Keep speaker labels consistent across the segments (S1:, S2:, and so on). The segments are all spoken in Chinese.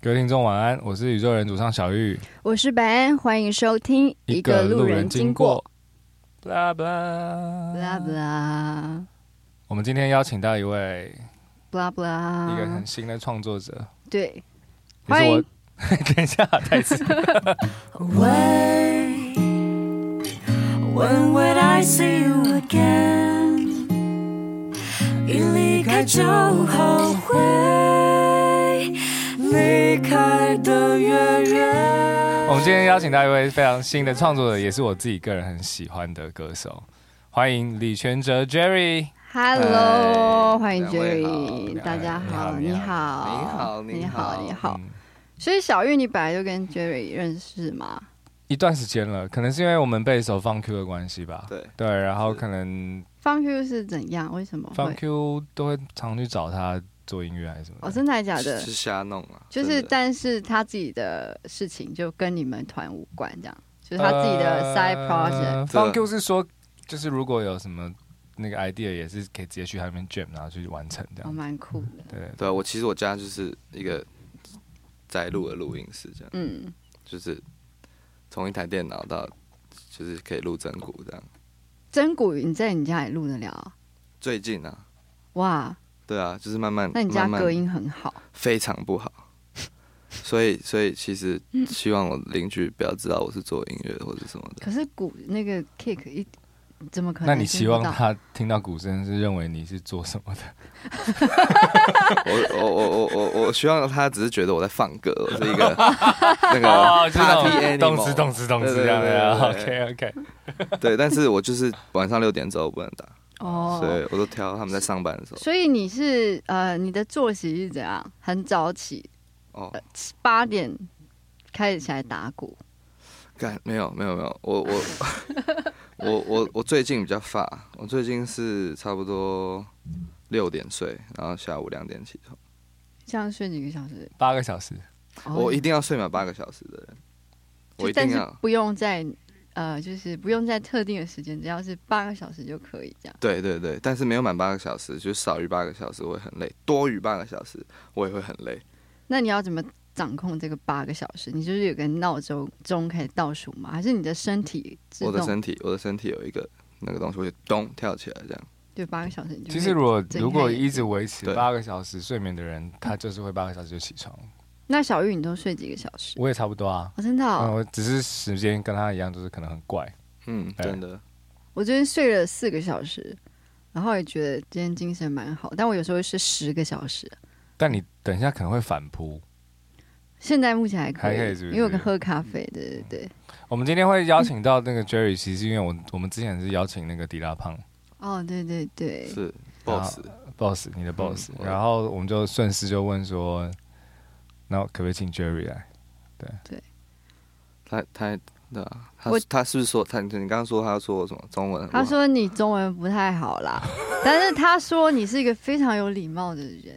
S1: 各位听众晚安，我是宇宙人主唱小玉，
S2: 我是白安，欢迎收听。
S1: 布拉布拉
S2: 布拉布拉
S1: 我们今天邀请到一位
S2: 布拉布
S1: 一个
S2: 拉
S1: 很，新的创作者，
S2: 对，
S1: 也是
S2: 欢
S1: 我
S2: 迎。
S1: 等一下，台词
S3: away. When would I see you again? 一离开就后悔，离开的越远。
S1: 我们今天邀请到一位非常新的创作者，也是我自己个人很喜欢的歌手，欢迎李全哲 Jerry。
S2: Hello，欢迎
S4: 两位好
S2: Jerry，大家好，
S1: 你
S2: 你
S4: 好
S2: 好，
S4: 你好
S2: 你好，
S4: 你好
S2: 你好。
S1: 嗯
S2: 所以小玉，你本来就跟 Jerry 认识吗？
S1: 一段时间了，可能是因为我们被手放 Q 的关系吧。
S4: 对
S1: 对，然后可能
S2: 方 Q 是怎样？为什么
S1: 放
S2: 会？
S1: Q 都会常去找他做音乐还是什么
S2: 哦，真的还假的
S4: 是？瞎弄啊，
S2: 就是，
S4: 真的
S2: 但是他自己的事情就跟你们团无关，这样，就是他自己的 side project。
S1: 呃放 Q 是说，就是如果有什么那个 idea，也是可以直接去他那边 jam，然后去完成这
S2: 哦，
S1: 样。
S2: 蛮酷的，
S1: 对，
S4: 对啊我其实我家就是一个宅录的录音室，这样
S2: 嗯，
S4: 就是从一台电脑到就是可以录真鼓这样。
S2: 真古你在你家里录得了啊？
S4: 最近啊，
S2: 哇，
S4: 对啊，就是慢慢，
S2: 那你家
S4: 慢慢
S2: 隔音很好，
S4: 非常不 好，所以所以其实希望我邻居不要知道我是做音乐或者什么 的。
S2: 可是鼓那个 kick 一怎么可
S1: 那
S2: 能？
S1: 你希望？他听到鼓声是认为你是做什 么的？
S4: 我我我我我我希望他只是觉得我在放歌，我是 一个那
S1: 哦
S4: 个 party
S1: 就是那
S4: animal，
S1: 种动词动词动词
S4: E 对对
S1: 这样啊的。
S4: 对对
S1: OK OK，
S4: 对，但是我就是晚上六点之后不能打，所
S2: 哦，
S4: 以我都挑他们在上班的时候。
S2: 所以你是呃，你的作息是怎样？很早起，呃
S4: 哦，
S2: 八点开始起来打鼓，
S4: 干没有没有没有，我我 我我我最近比较发，我最近是差不多六点睡，然后下午两点起床。
S2: 这样睡几个小时？
S1: 八个小时，
S2: 哦
S4: 我一定要睡满八个小时的人，我
S2: 就
S4: 一
S2: 但
S4: 定
S2: 是
S4: 要。
S2: 不用在呃，就是不用在特定的时间，只要是八个小时就可以这样。
S4: 对对对，但是没有满八个小时，就是少于八个小时我会很累，多于八个小时我也会很累。
S2: 那你要怎么掌控这个八个小时？你就是有个闹钟钟开始倒数吗？还是你的身体自
S4: 我的
S2: 动
S4: 身体，我的身体有一个那个东西，我就咚跳起来这样。
S2: 对八个小时你就
S1: 其
S2: 可
S1: 实
S2: 以
S1: 如果
S2: 睁开
S1: 如果
S2: 眼
S1: 一直维持
S4: 对
S1: 八个小时睡眠的人，他就是会八个小时就起床。
S2: 那小玉，你都睡几个小时？
S1: 我也差不多啊，
S2: 我、真的哦、
S1: 嗯，我只是时间跟他一样，就是可能很怪。
S4: 嗯，
S1: 哎
S4: 真的。
S2: 我昨天睡了四个小时，然后也觉得今天精神蛮好，但我有时候是十个小时。
S1: 但你等一下可能会反扑。
S2: 现在目前还可以，
S1: 还可以是不是
S2: 因为我跟喝咖啡，对对对。
S1: 我们今天会邀请到那个 Jerry，其实因为我我们之前是邀请那个迪拉胖
S2: 哦，对对对，
S4: 是 boss，
S1: boss，你的 boss，、
S4: 嗯我的
S1: 然后我们就顺势就问说，那可不可以请 Jerry 来？
S4: 他他对啊，他
S2: 我
S4: 他是不是说他你刚刚说他说什么中文很不好？
S2: 他说你中文不太好 啦，但是他说你是一个非常有礼貌的人。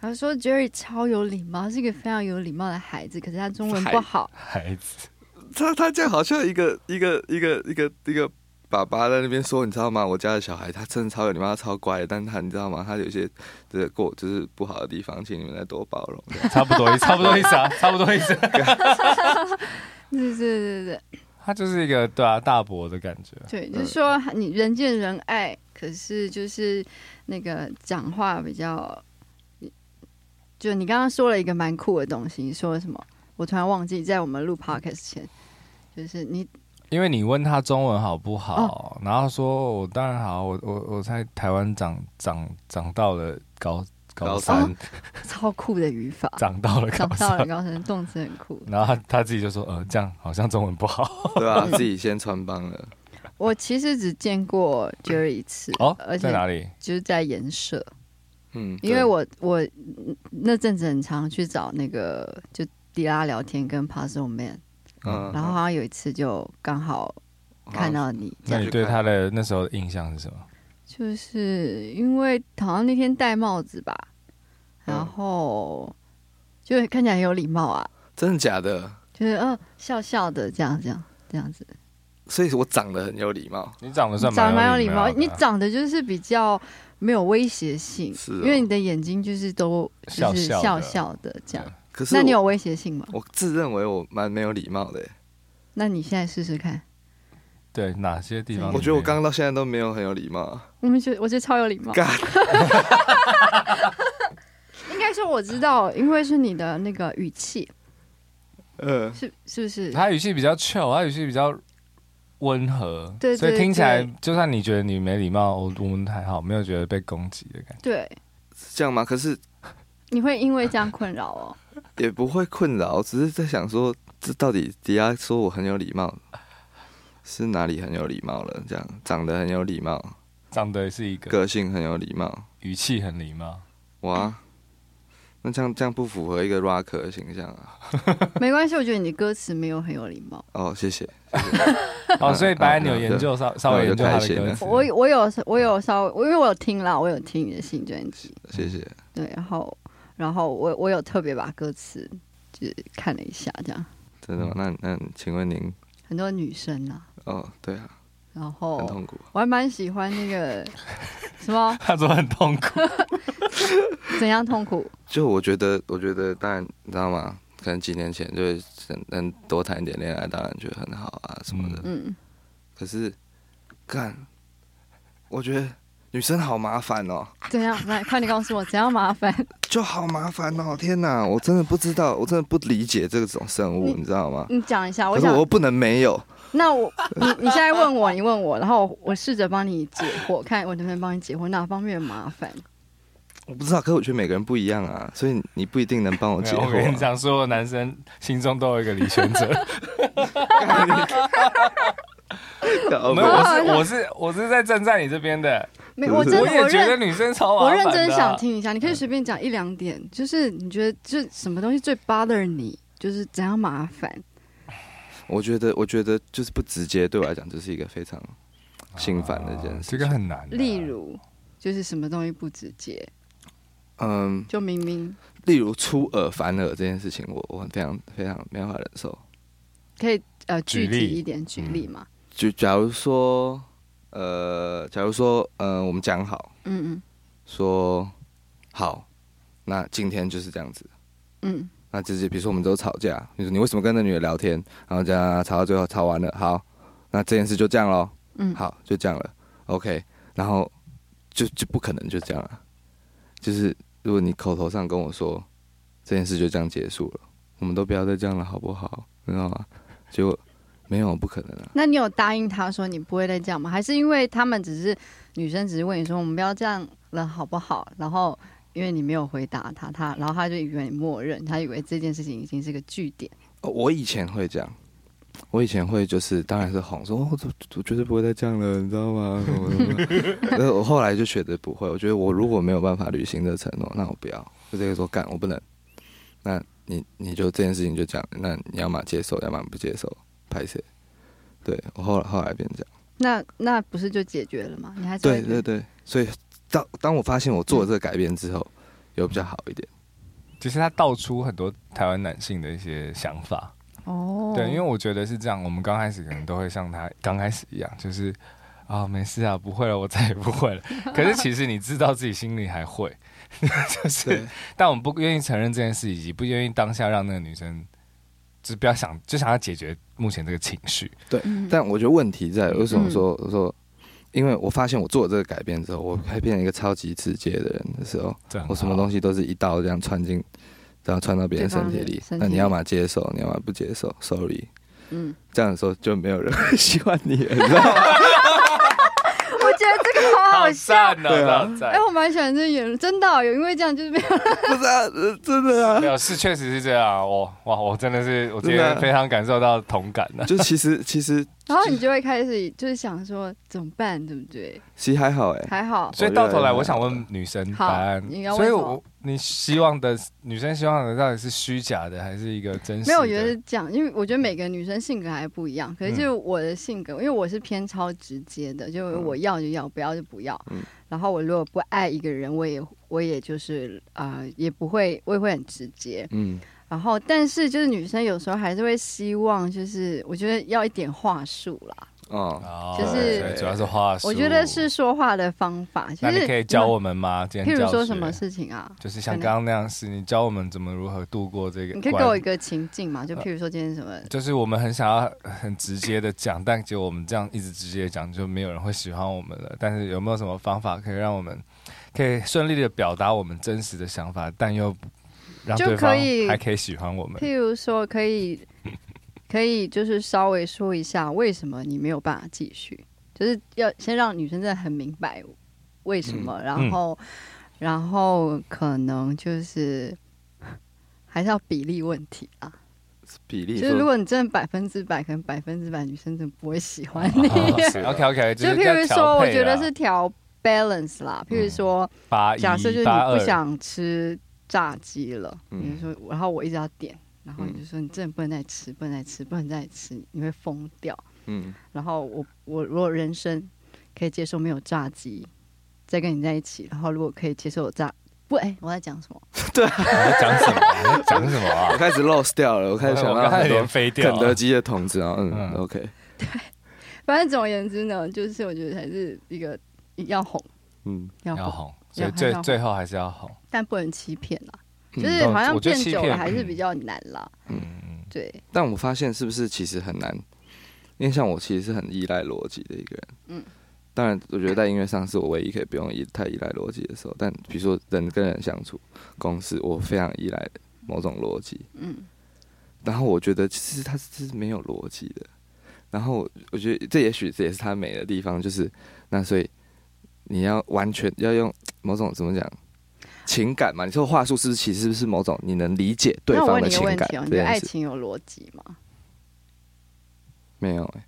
S2: 他说 Jerry 超有礼貌，是一个非常有礼貌的孩子，可是他中文不好。
S1: 孩子，
S4: 他他这样好像一个一个一个一个一个爸爸在那边说，你知道吗？我家的小孩他真的超有礼貌，他超乖的，但他你知道吗？他有一些这个过就是不好的地方，请你们再多包容。
S1: 差不 多意，差不多意思啊，差不多意思。
S2: 对对对对
S1: 他就是一个对啊大伯的感觉，
S2: 对，就是说你人见人爱，可是就是那个讲话比较，就你刚刚说了一个蛮酷的东西，你说什么？我突然忘记，在我们录 podcast 前，就是 你
S1: 因为你问他中文好不好，
S4: 哦
S1: 然后说我当然好，我我我在台湾长长长到了高高
S4: 高
S1: 三，
S2: 三超酷的语法，
S1: 长到了
S2: 哦长
S1: 高
S2: 到了
S1: 三，
S2: 高层动词很酷。
S1: 然后他他自己就说，呃，这样好像中文不好。
S4: 对啊，自己先穿帮了。
S2: 我其实只见过 Jerry 一次，
S1: 哦
S2: 而，且
S1: 在哪里？
S2: 就是在研社，
S4: 嗯，
S2: 因为我我嗯那阵子很常去找那个就迪拉聊天跟 Puzzle Man，、
S4: 对嗯
S2: 然后好像有一次就刚好看到你，
S1: 那
S4: 那
S1: 你
S4: 就
S1: 对
S4: 看
S1: 他的那时候的印象是什么？
S2: 就是因为好像那天戴帽子吧，然后就看起来很有礼貌啊，
S4: 真的假的？
S2: 就是嗯、呃笑笑的这样这样这样子，
S4: 所以我长得很有礼貌，
S1: 你长得算
S2: 长得蛮
S1: 有
S2: 有礼貌，
S1: 的啊
S2: 你长得就是比较没有威胁性，
S4: 是哦
S2: 因为你的眼睛就是都
S1: 笑
S2: 就是
S1: 笑的
S2: 笑笑的这样。
S4: 可是
S2: 那你
S4: 我
S2: 有威胁性吗？
S4: 我自认为我蛮没有礼貌的耶，欸
S2: 那你现在试试看。
S1: 对哪些地方？
S4: 我觉得我刚刚到现在都没有很有礼貌啊。
S2: 我们觉得我觉得超有礼貌。
S4: God，
S2: 应该说我知道，因为是你的那个语气，
S4: 呃，
S2: 是是不是？
S1: 他语气比较 chill，他语气比较温和，
S2: 对对
S1: 所以听起来
S2: 对
S1: 就算你觉得你没礼貌，我我们还好，没有觉得被攻击的感觉。
S2: 对，
S4: 是这样吗？可是
S2: 你会因为这样困扰 哦。
S4: 也不会困扰，只是在想说，这到底迪亚说我很有礼貌，是哪里很有礼貌了？这样长得很有礼貌，
S1: 长得是一个
S4: 个性很有礼貌，
S1: 语气很礼 貌，
S4: 哇，那这样这样不符合一个 rock 的形象啊。
S2: 没关系，我觉得你的歌词没有很有礼貌。
S4: 哦，谢谢。
S1: 哦，所以白安
S4: 嗯
S1: 你有
S4: 嗯
S1: 研究稍稍微
S4: 那我
S1: 研究
S4: 就
S1: 他
S4: 开
S1: 的
S4: 心
S1: 歌
S4: 了
S1: 词，
S2: 我我有我有稍微，因为我有听啦，我有听你的新专辑，
S4: 谢谢。
S2: 对，然后然后我我有特别把歌词就是看了一下，这样
S4: 真的吗？那那请问您？
S2: 很多女生啊，
S4: 哦，对啊，
S2: 然
S4: 很
S2: 后
S4: 痛苦。啊
S2: 我还蛮喜欢那 个什么
S1: 他说很痛苦，
S2: 怎样痛苦，
S4: 就我觉得，我觉得，当然，你知道吗？可能几年前就会能能多谈一点恋爱，当然觉得很好啊什么的。
S2: 嗯，
S4: 可是，干，我觉得女生好麻烦哦，
S2: 怎样来快点告诉我怎样麻 烦，
S4: 就好麻烦哦！天哪，我真的不知道，我真的不理解这种生物，
S2: 你
S4: 你知道吗？
S2: 你讲一下，我
S4: 可是
S2: 想
S4: 我又不能没有，
S2: 那我你你现在问我，你问我，然后我我试着帮你解惑，看我能不能帮你解惑哪方面麻烦。
S4: 我不知道。可是我觉得每个人不一样啊，所以你不一定能帮 我
S1: 没
S4: 解
S1: 有我跟你
S4: 惑啊、
S1: 讲，所有男生心中都有一个李玄 哲，
S4: 搞
S1: 没有，我是我是我是在站在你这边的，
S2: 没，
S4: 是不
S2: 我
S4: 是
S2: 真的
S1: 我也觉得
S2: 认
S1: 女生 超麻
S2: 我
S1: 烦的啊
S2: 认真想，听一下，你可以随便讲一两点，就是你觉得就是什么东西最 bother 你，就是怎样麻烦。
S4: 我觉得，我觉得就是不直接，对我来讲，这是一个非常心烦的一件
S1: 啊
S4: 事。
S1: 这个很难啊。
S2: 例如，就是什么东西不直接，
S4: 嗯，
S2: 就明明
S4: 例如出尔反尔这件事情，我我非常非常没办法忍受。
S2: 可以呃具
S1: 举
S2: 体
S1: 例
S2: 一点举例嘛？
S4: 就假如说，呃，假如说，呃，我们讲好
S2: 嗯
S4: 说好，那今天就是这样子。
S2: 嗯
S4: 那就是比如说我们都吵架，你说你为什么跟那女的聊天，然后这样啊吵到最后吵完了，好，那这件事就这样咯，
S2: 嗯嗯，
S4: 好，就这样了，OK，然后就就不可能就这样了，就是如果你口头上跟我说这件事就这样结束了，我们都不要再这样了，好不好？你知道吗？结果没有，不可能啊。
S2: 那你有答应他说你不会再这样吗？还是因为他们只是女生，只是问你说我们不要这样了好不好？然后因为你没有回答他，他然后他就以为你默认，他以为这件事情已经是个据点。
S4: 哦我以前会这样，我以前会就是当然是哄说，哦，我我绝对不会再这样了，你知道吗？什么什么 的。但是我后来就觉得不会，我觉得我如果没有办法履行这承诺，那我不要，就这个说干，我不能。那你你就这件事情就这样，那你要么接受，要么不接受，拍摄。对我后来后来变这样，
S2: 那那不是就解决了吗？你还是
S4: 对
S2: 会
S4: 对对，所以当当我发现我做了这个改变之后，有比较好一点。
S1: 其实他道出很多台湾男性的一些想法。
S2: 哦，
S1: 对，因为我觉得是这样，我们刚开始可能都会像他刚开始一样，就是啊、没事啊，不会了，我再也不会了。可是其实你知道自己心里还会， 就是
S4: 对，
S1: 但我们不愿意承认这件事，以及不愿意当下让那个女生，就不要想，就想要解决目前这个情绪。
S2: 嗯
S4: 但我觉得问题在于为什么说我说，因为我发现我做了这个改变之后，我会变成一个超级直接的人的时候，
S1: 这样
S4: 哦我什么东西都是一刀这样穿进，这样穿到别人身体
S2: 对
S4: 里
S2: 方的身。体
S4: 那你要么接受，你要么不接受，sorry。
S2: 嗯，
S4: 这样的时候就没有人 会喜欢你了，你知道吗？
S2: 我觉得这个好好
S1: 好
S2: 笑。
S1: 赞哦，
S4: 对啊
S1: 好
S2: 哎、
S1: 赞。
S2: 我蛮喜欢这演，真的哦、有因为这样就是没有
S4: 不是啊，呃真的啊
S1: 没。有是，确实是这样啊。我哇，我真的是，我今
S4: 真的
S1: 天
S4: 啊
S1: 非常感受到同感呢、
S4: 就其实其实
S2: 然后你就会开始就是想说怎么办，对不对？
S4: 其实还好哎，
S2: 还好，
S1: 所以到头来，我想问女生答
S2: 好
S1: 案
S2: 你要。问
S1: 所以
S2: 什
S1: 我
S2: 么
S1: 你希望的女生希望的到底是虚假的还是一个真实的？
S2: 没有，我觉得是这样，因为我觉得每个女生性格还不一样。可
S1: 嗯
S2: 是就是我的性格，因为我是偏超直接的，就我要就要，不要就不要。
S4: 嗯
S2: 然后我如果不爱一个人，我也我也就是啊、呃也不会，我也会很直接。
S4: 嗯，
S2: 然后，但是就是女生有时候还是会希望，就是我觉得要一点话术啦。
S4: 嗯，
S1: 哦
S2: 就是
S1: 所以主要是话术。
S2: 我觉得是说话的方法，就
S1: 那你
S2: 是
S1: 可以教我们吗？今
S2: 譬
S1: 天教
S2: 如
S1: 学
S2: 说什么，事情啊？
S1: 就是像刚刚那样事，你教我们怎么如何度过这个。
S2: 你可以给我一，个情境嘛？就
S1: 呃
S2: 譬如说今天什么，
S1: 就是我们很想要很直接的讲，但结果我们这样一直直接讲，就没有人会喜欢我们了。但是有没有什么方法可以让我们可以顺利的表达我们真实的想法，但又让
S2: 就
S1: 对方
S2: 可以
S1: 还可以喜欢我们？
S2: 譬如说可以，可以就是稍微说一下为什么你没有办法继续，就是要先让女生真的很明白为什
S1: 嗯
S2: 么，然后，然后可能就是 还是要比例问题啊。
S4: 比例
S2: 就是如
S4: 说
S2: 果你真的百分之百，可能百分之百女生真的不会喜欢你。
S4: 是
S1: OK OK，
S2: 就
S1: 哦就是
S2: 譬如
S1: 要
S2: 说，
S1: 调
S2: 我
S1: 配
S2: 觉得
S1: 啦嗯
S2: 是调 balance 啦。譬如说，
S4: 啊
S1: 八一
S2: 假设就是
S1: 八
S2: 你
S1: 二
S2: 不想吃炸鸡了，
S4: 嗯
S2: 你就说，然后我一直要点，然后你
S4: 嗯
S2: 就说你真的不能再吃，不能再吃，不能再吃，你会疯掉。
S4: 嗯
S2: 然后我我如果人生可以接受没有炸鸡，再跟你在一起，然后如果可以接受有炸，不，哎、我在讲什么？
S1: 你在讲什么啊？你在讲什么啊
S4: 我？开始 lost 掉了，我 开始想
S1: 我
S4: 到
S1: 刚才
S4: 很多
S1: 脸飞掉
S4: 肯
S1: 了，
S4: 德基的筒子啊，嗯
S1: 嗯
S4: ，OK，
S2: 反正总而言之呢，就是我觉得还是一个要哄，
S4: 嗯，
S2: 要哄，
S1: 要红，所以
S2: 要
S1: 最
S2: 要红
S1: 最后还是要红。
S2: 但不能欺骗啦。
S4: 嗯
S2: 就是好像
S1: 我觉得
S2: 变
S1: 欺
S2: 久了
S1: 骗
S2: 还是
S1: 嗯
S2: 比较难啦。
S1: 嗯嗯，
S2: 对，
S4: 但我发现是不是其实很难？因为像我其实是很依赖逻辑的一个人。
S2: 嗯
S4: 嗯，当然，我觉得在音乐上是我唯一可以不用依太依赖逻辑的时候。但比如说人跟人相处、公司，我非常依赖某种逻辑。
S2: 嗯，
S4: 然后我觉得其实他是没有逻辑的。然后我我觉得这也许这也是他美的地方，就是那所以你要完全要用某种怎么讲情感嘛？你说话术是不是其实是不是某种你能理解对
S2: 那我
S4: 方
S2: 问
S4: 的
S2: 你一
S4: 情
S2: 个问
S4: 感
S2: 题哦，你
S4: 这
S2: 觉得
S4: 件
S2: 爱
S4: 事？
S2: 情有逻辑吗？
S4: 没有、欸，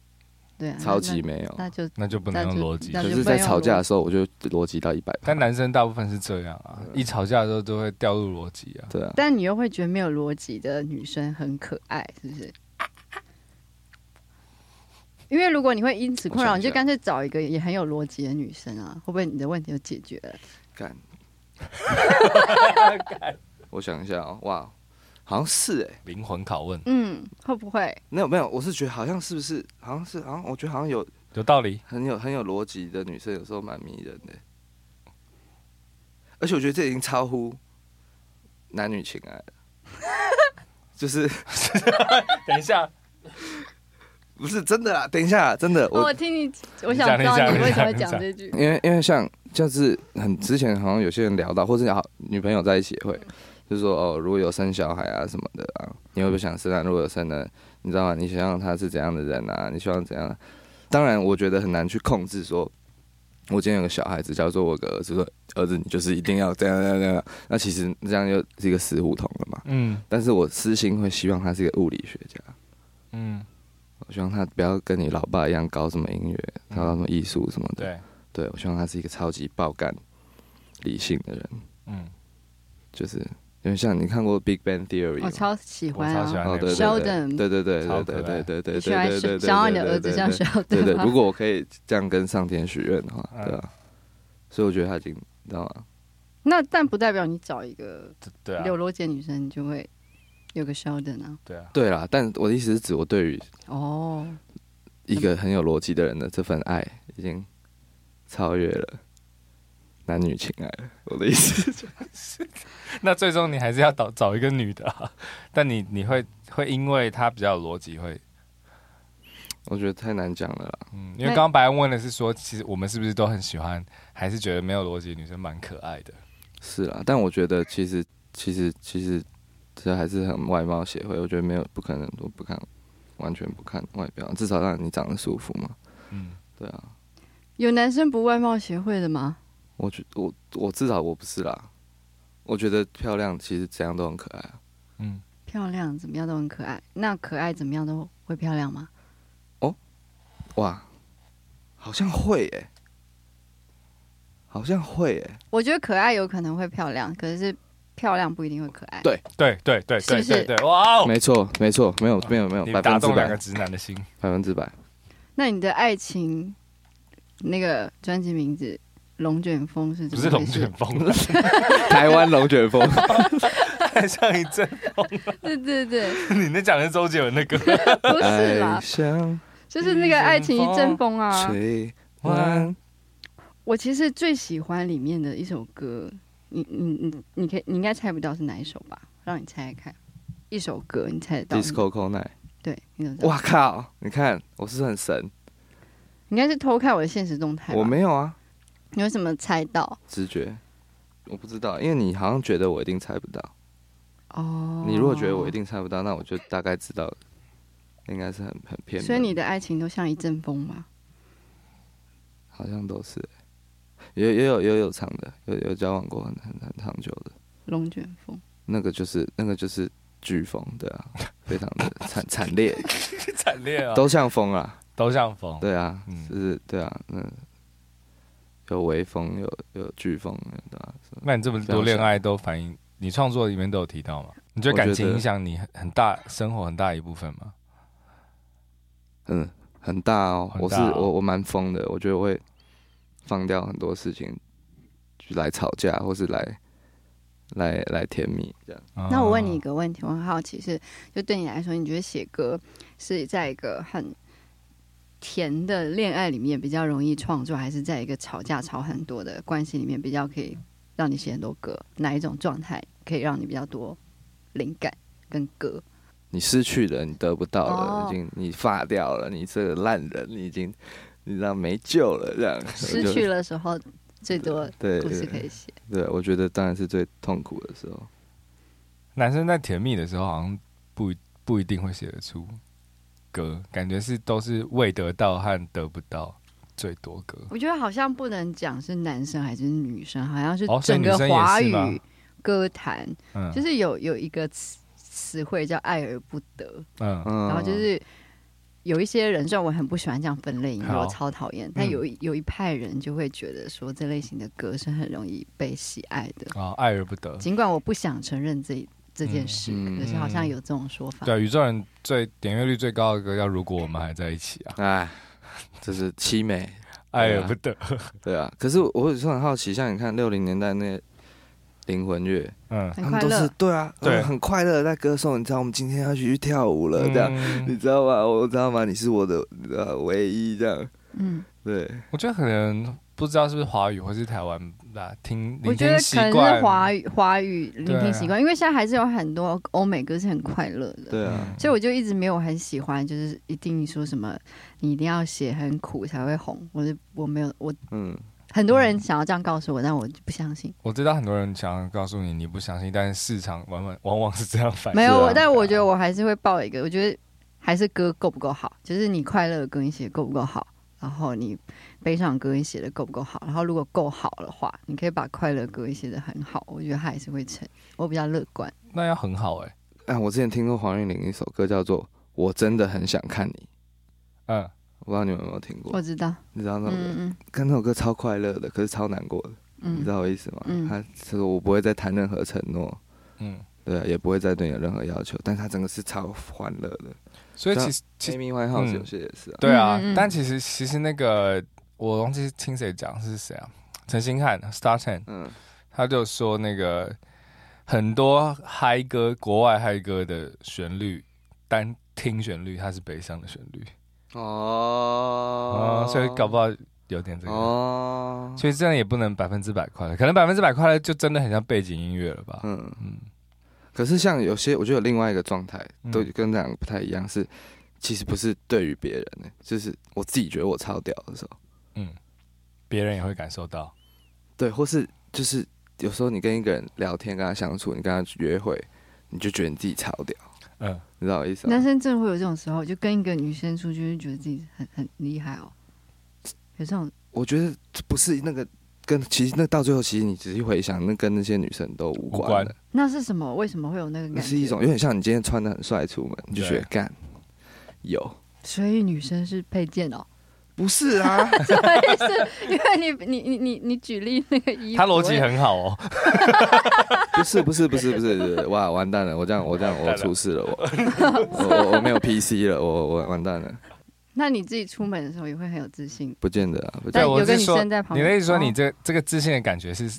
S2: 对啊，那
S4: 超级没有。
S2: 那那就
S1: 那就不能用逻辑
S2: 那。
S4: 可，
S2: 就是不能
S4: 在
S2: 用
S4: 吵架
S2: 逻
S4: 的时候，我就逻辑到一百。
S1: 但男生大部分是这样
S4: 嗯
S1: 啊，一吵架的时候都会掉入逻辑啊。
S4: 对啊，
S2: 但你又会觉得没有逻辑的女生很可爱，是不是？因为如果你会因此困扰，
S4: 我想
S2: 你
S4: 一
S2: 就
S4: 下
S2: 干脆找一个也很有逻辑的女生啊，会不会你的问题就解决了？
S4: 干。我想一下哦，哇，好像是哎、
S1: 灵魂拷问
S2: 嗯，会不会？
S4: 没有没有，我是觉得好像是不是，好像是好像我觉得好像有
S1: 有道理，
S4: 很有很有逻辑的女生，有时候蛮迷人的、而且我觉得这已经超乎男女情爱了， 就是
S1: 等一下，
S4: 不是真的啦？等一下，啊真的，
S2: 哦
S4: 我
S2: 我听你，我
S1: 你
S2: 想
S1: 讲
S2: 知
S1: 你
S2: 道
S1: 讲
S2: 你
S1: 你
S2: 为什么
S1: 讲
S2: 会
S1: 你
S2: 讲
S1: 讲
S2: 这句。
S4: 因为因为像就是很之前好像有些人聊到，或者好女朋友在一起也会，就是说哦，如果有生小孩啊什么的啊，你会不会想生啊？如果有生呢，你知道吗？你想让他是怎样的人啊？你希望怎样、当然，我觉得很难去控制说，我今天有个小孩子，呃假如说我有个儿子说，儿子你就是一定要这样这样这样，那其实这样就是一个死胡同了嘛。
S1: 嗯
S4: 但是我私心会希望他是一个物理学家，
S1: 嗯，
S4: 我希望他不要跟你老爸一样搞什么音乐，搞什么艺术什么的。
S1: 对，
S4: 对，我希望他是一个超级爆干、理性的人，
S1: 嗯，
S4: 就是因为像你看过《Big Bang Theory》
S2: 我
S4: 吗？
S2: 哦超喜
S1: 我
S2: 欢
S1: 超喜
S2: 啊！
S1: 欢那
S4: 哦，对
S1: 个
S4: 对对
S2: Sheldon
S4: 对对对
S1: 超
S4: 对
S1: 可
S4: 对
S1: 爱
S4: 对对对
S2: 你
S4: 对
S2: 喜欢
S4: 对对对，
S2: 想要你的儿子像小
S4: 对
S2: 对
S4: 对，
S2: 吗
S4: 如？果我可以这样跟上天许愿的话，
S1: 嗯
S4: 对啊，所以我觉得他已经，你知道吗？
S2: 那但不代表你找一个
S1: 对啊
S2: 有逻辑的女生，你就会有个 Sheldon 啊。
S1: 对啊，
S4: 对啦，但我的意思是指我对于
S2: 哦，
S4: 一个很有逻辑的人的这份爱，已经超越了男女情爱了。我的意思 是这样，
S1: 那最终你还是要找找一个女的啊，但你你会会因为她比较有逻辑会，
S4: 我觉得太难讲了啦。
S1: 嗯，因为
S2: 那
S1: 刚刚白安问的是说，其实我们是不是都很喜欢，还是觉得没有逻辑的女生蛮可爱的？
S4: 是啦，但我觉得其实其实其实这还是很外貌协会，我觉得没有不可能，我不看完全不看外表，至少让你长得舒服嘛。
S1: 嗯，
S4: 对啊，
S2: 有男生不外貌协会的吗？
S4: 我觉我我至少我不是啦，我觉得漂亮其实怎样都很可爱啊。
S1: 嗯，
S2: 漂亮怎么样都很可爱，那可爱怎么样都会漂亮吗？
S4: 哇，好像会诶、好像会诶、
S2: 我觉得可爱有可能会漂亮，可是漂亮不一定会可爱。
S4: 对
S1: 对对对
S2: 是
S1: 对
S2: 不是
S1: 对对，哇哦，
S4: 没错没错，没有没有没有，
S1: 你
S4: 百
S1: 打
S4: 分之
S1: 动两
S4: 百
S1: 个直男的心，
S4: 百分之百。
S2: 那你的爱情那个专辑名字《龙卷风》是
S1: 不
S2: 怎
S1: 是
S2: 么
S1: 龙
S2: 回事？
S1: 卷风啊了，
S4: 台湾龙卷风，
S1: 太像一阵，
S2: 对对对，
S1: 你那讲的是周杰伦的歌。
S2: 不是
S4: 爱
S2: 啦，
S4: 像
S2: 就是那个爱情一阵风啊。
S4: 吹完
S2: 我其实最喜欢里面的一首歌，你你你你可以你应该猜不到是哪一首吧？让你猜猜看，一首歌你猜得到吗
S4: disco c o night，
S2: 对，你怎么知道？
S4: 哇靠！你看我是不是很神？
S2: 你应该是偷看我的现实动态吧。
S4: 我没有啊，
S2: 你为什么猜到？
S4: 直觉，我不知道，因为你好像觉得我一定猜不到。
S2: 哦，
S4: 你如果觉得我一，定猜不到，那我就大概知道，应该是很很偏门。
S2: 所以你的爱情都像一阵风嘛？
S4: 好像都是、也也有也有长的，有有交往过很很很长久的，
S2: 龙卷风。
S4: 那个就是那个就是飓风，对啊， 非常的惨惨烈，
S1: 惨烈啊，都
S4: 都像风啊，
S1: 都像风。
S4: 对啊，
S1: 嗯
S4: 就是对啊，嗯，有微风，有有飓风，对啊吧、
S1: 那你这么多恋爱都反映，你创作里面都有提到吗？你觉得感情影响你很很大，生活很大一部分吗？
S4: 嗯，很大哦，
S1: 很
S4: 我是
S1: 大哦
S4: 我我蛮疯的，我觉得我会放掉很多事情，去来吵架，或是来来来甜蜜这样。
S1: 啊
S2: 那我问你一，个问题，哦我很好奇是，就对你来说，你觉得写歌是在一个很甜的恋爱里面比较容易创作，还是在一个吵架吵很多的关系里面比较可以让你写很多歌？哪一种状态可以让你比较多灵感跟歌？
S4: 你失去了，你得不到了，
S2: 哦
S4: 已经你发掉了，你这个烂人，你已经你知道没救了这样。
S2: 失
S4: 我
S2: 去
S4: 就
S2: 了时候最多
S4: 对
S2: 故事可
S4: 对
S2: 以写，
S4: 对，我觉得当然是最痛苦的时候。
S1: 男生在甜蜜的时候好像不一不一定会写得出歌，感觉是都是未得到和得不到最多歌。
S2: 我觉得好像不能讲是男生还是女生，好像是
S1: 哦所以
S2: 整
S1: 女
S2: 个
S1: 生也
S2: 华
S1: 是
S2: 语
S1: 吗
S2: 歌坛，
S1: 嗯，
S2: 就是有有一个词词汇叫爱而不得，
S1: 嗯
S4: 嗯，
S2: 然后就是有一些人，虽然我很不喜欢这样分类，因为
S1: 好嗯
S2: 我超讨厌，但有一有一派人就会觉得说这类型的歌是很容易被喜爱的，
S1: 啊，爱而不得。
S2: 尽管我不想承认这这件事，
S4: 嗯
S2: 可是好像有这种说法。
S1: 对，啊宇宙人最点阅率最高的歌叫《如果我们还在一起》啊，
S4: 哎，这是凄美，
S2: 啊
S1: 爱而不得。
S4: 对啊。可是我我是很好奇，像你看六零年代那些灵魂乐，
S1: 嗯，
S2: 很
S4: 他
S2: 快
S4: 们都是
S2: 乐，
S4: 对啊，
S1: 对
S4: 嗯很快乐地在歌颂。你知道我们今天要去跳舞
S2: 啊
S4: 了，呃这样、你
S1: 嗯
S4: 知道吗？我知道吗？你是我的呃唯一，这样
S2: 嗯，
S4: 对。
S1: 我觉得可能不知道是不是华语或是台湾吧，听
S2: 我
S1: 聆
S2: 觉
S1: 听
S2: 得可
S1: 习
S2: 能
S1: 惯
S2: 是华语华语聆
S1: 对啊
S2: 听习惯，因为现在还是有很多欧美歌是很快乐的，
S4: 对
S1: 嗯
S4: 啊，
S2: 所以我就一直没有很喜欢，就是一定说什么你一定要写很苦才会红，我是我没有，我
S4: 嗯，
S2: 很多人想要这样告诉我，但我就不相信。
S1: 我知道很多人想要告诉你你不相信，但是市场往往往往是这样反应。
S2: 没有，
S4: 是啊
S2: 我但我觉得我还是会报一个，我觉得还是歌够不够好，就是你快乐的歌你写得够不够好，然后你悲伤的歌你写的够不够好，然后如果够好的话，你可以把快乐歌写的很好，我觉得它还是会成。我比较乐观，
S1: 那要很好哎、
S4: 哎、我之前听过黄韵玲一首歌叫做《我真的很想看你》，
S1: 嗯，
S4: 我不知道你们有没有听过
S2: 我？知道，
S4: 你知道那首歌？
S2: 嗯
S4: 看那首歌超快乐的，可是超难过的，你
S2: 嗯
S4: 知
S2: 嗯，
S4: 道我意思吗？
S2: 嗯
S4: 他这个我不会再谈任何承诺，
S1: 嗯，
S4: 对、啊，也不会再对你有任何要求，但他整个是超欢乐的。
S1: 所以
S4: 这样
S1: 其实其实
S4: Amy Winehouse
S1: 嗯
S4: 有些也是啊，
S1: 对啊，
S2: 嗯嗯嗯
S1: 但其实其实那个我忘记听谁讲是谁啊，陈星汉 Star Chen，
S4: 嗯，
S1: 他就说那个很多嗨歌，国外嗨歌的旋律，单听旋律它是悲伤的旋律
S4: 哦
S1: 哦，所以搞不好有点这个。
S4: 哦，
S1: 所以这样也不能百分之百快乐，可能百分之百快乐就真的很像背景音乐了吧？
S4: 嗯。
S1: 嗯，
S4: 可是像有些，我觉得有另外一个状态，
S1: 嗯
S4: 都跟两个不太一样，是其实不是对于别人、欸，就是我自己觉得我超屌的时候，
S1: 别人也会感受到。
S4: 对，或是就是有时候你跟一个人聊天，跟他相处，你跟他约会，你就觉得你自己超屌，
S1: 嗯，
S4: 你知道我意思
S2: 男
S4: 吗？
S2: 生真的会有这种时候，就跟一个女生出去，就觉得自己很很厉害哦，有这种
S4: 我觉得不是那个跟，其实那到最后，其实你仔细回想，那跟那些女生都无
S1: 无
S4: 关
S1: 关
S4: 的，
S2: 那是什么？为什么会有那个感
S4: 那
S2: 觉？
S4: 是一种有点像你今天穿的很帅出门，你就觉得
S1: 对
S4: 干有。
S2: 所以女生是配件 哦，
S4: 不是啊，
S2: 所以是因为你你你你你举例那个衣服，哎
S1: 他逻辑很好哦。
S4: 不是不是不是不是，不是哇，完蛋了！我这样我这样我出事了，我 我我我没有 PC 了，我我完蛋了，
S2: 那你自己出门的时候也会很有自信，
S4: 不见得啊，不见
S1: 对，
S2: 但
S4: 得。
S1: 我
S2: 有个
S1: 是
S2: 女
S1: 说，
S2: 生在旁
S1: 你
S2: 边
S1: 的意思说你
S2: 哦
S1: 这这个自信的感觉是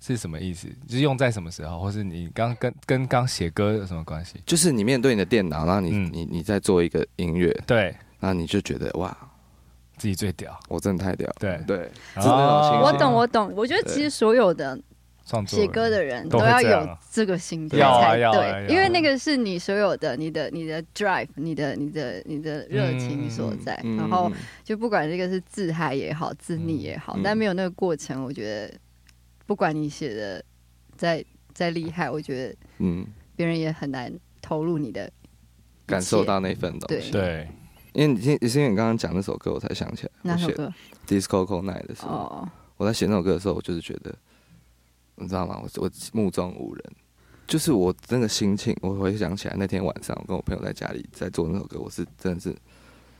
S1: 是什么意思？就是用在什么时候，或是你刚跟跟刚写歌有什么关系？
S4: 就是你面对你的电脑，然后你、
S1: 嗯
S4: 你你在做一个音乐，
S1: 对，
S4: 然那你就觉得哇，
S1: 自己最屌，
S4: 我真的太屌了。
S1: 对
S4: 对，
S1: 哦
S4: 真的那种
S2: 嗯
S4: 情
S2: 我
S4: 形
S2: 懂，我懂。我觉得其实所有的
S1: 创作
S2: 写歌的人
S1: 都
S2: 都
S1: 会
S2: 要
S1: 这样
S2: 有这个心态
S1: 要啊
S2: 才
S1: 要啊要啊
S2: 对，因为那个是你所有的、你的、你的 drive、你的、你的、你的热情所在。
S4: 嗯
S2: 然后
S4: 嗯
S2: 就不管这个是自嗨也好，自溺也好，
S4: 嗯
S2: 但没有那个过程，我觉得不管你写的再再厉害，我觉得
S4: 嗯，
S2: 别人也很难投入你的
S4: 感受到那份东
S2: 对
S4: 西。
S1: 对，
S4: 因为你听，是因为你刚刚讲那首歌，我才想起来，
S2: 那
S4: 我
S2: 首
S4: 写
S2: 歌
S4: Disco c o Night 的时候，
S2: 哦，
S4: 我在写那首歌的时候，我就是觉得，你知道吗？我我目中无人，就是我那个心情，我回想起来那天晚上，我跟我朋友在家里在做那首歌，我是真的是，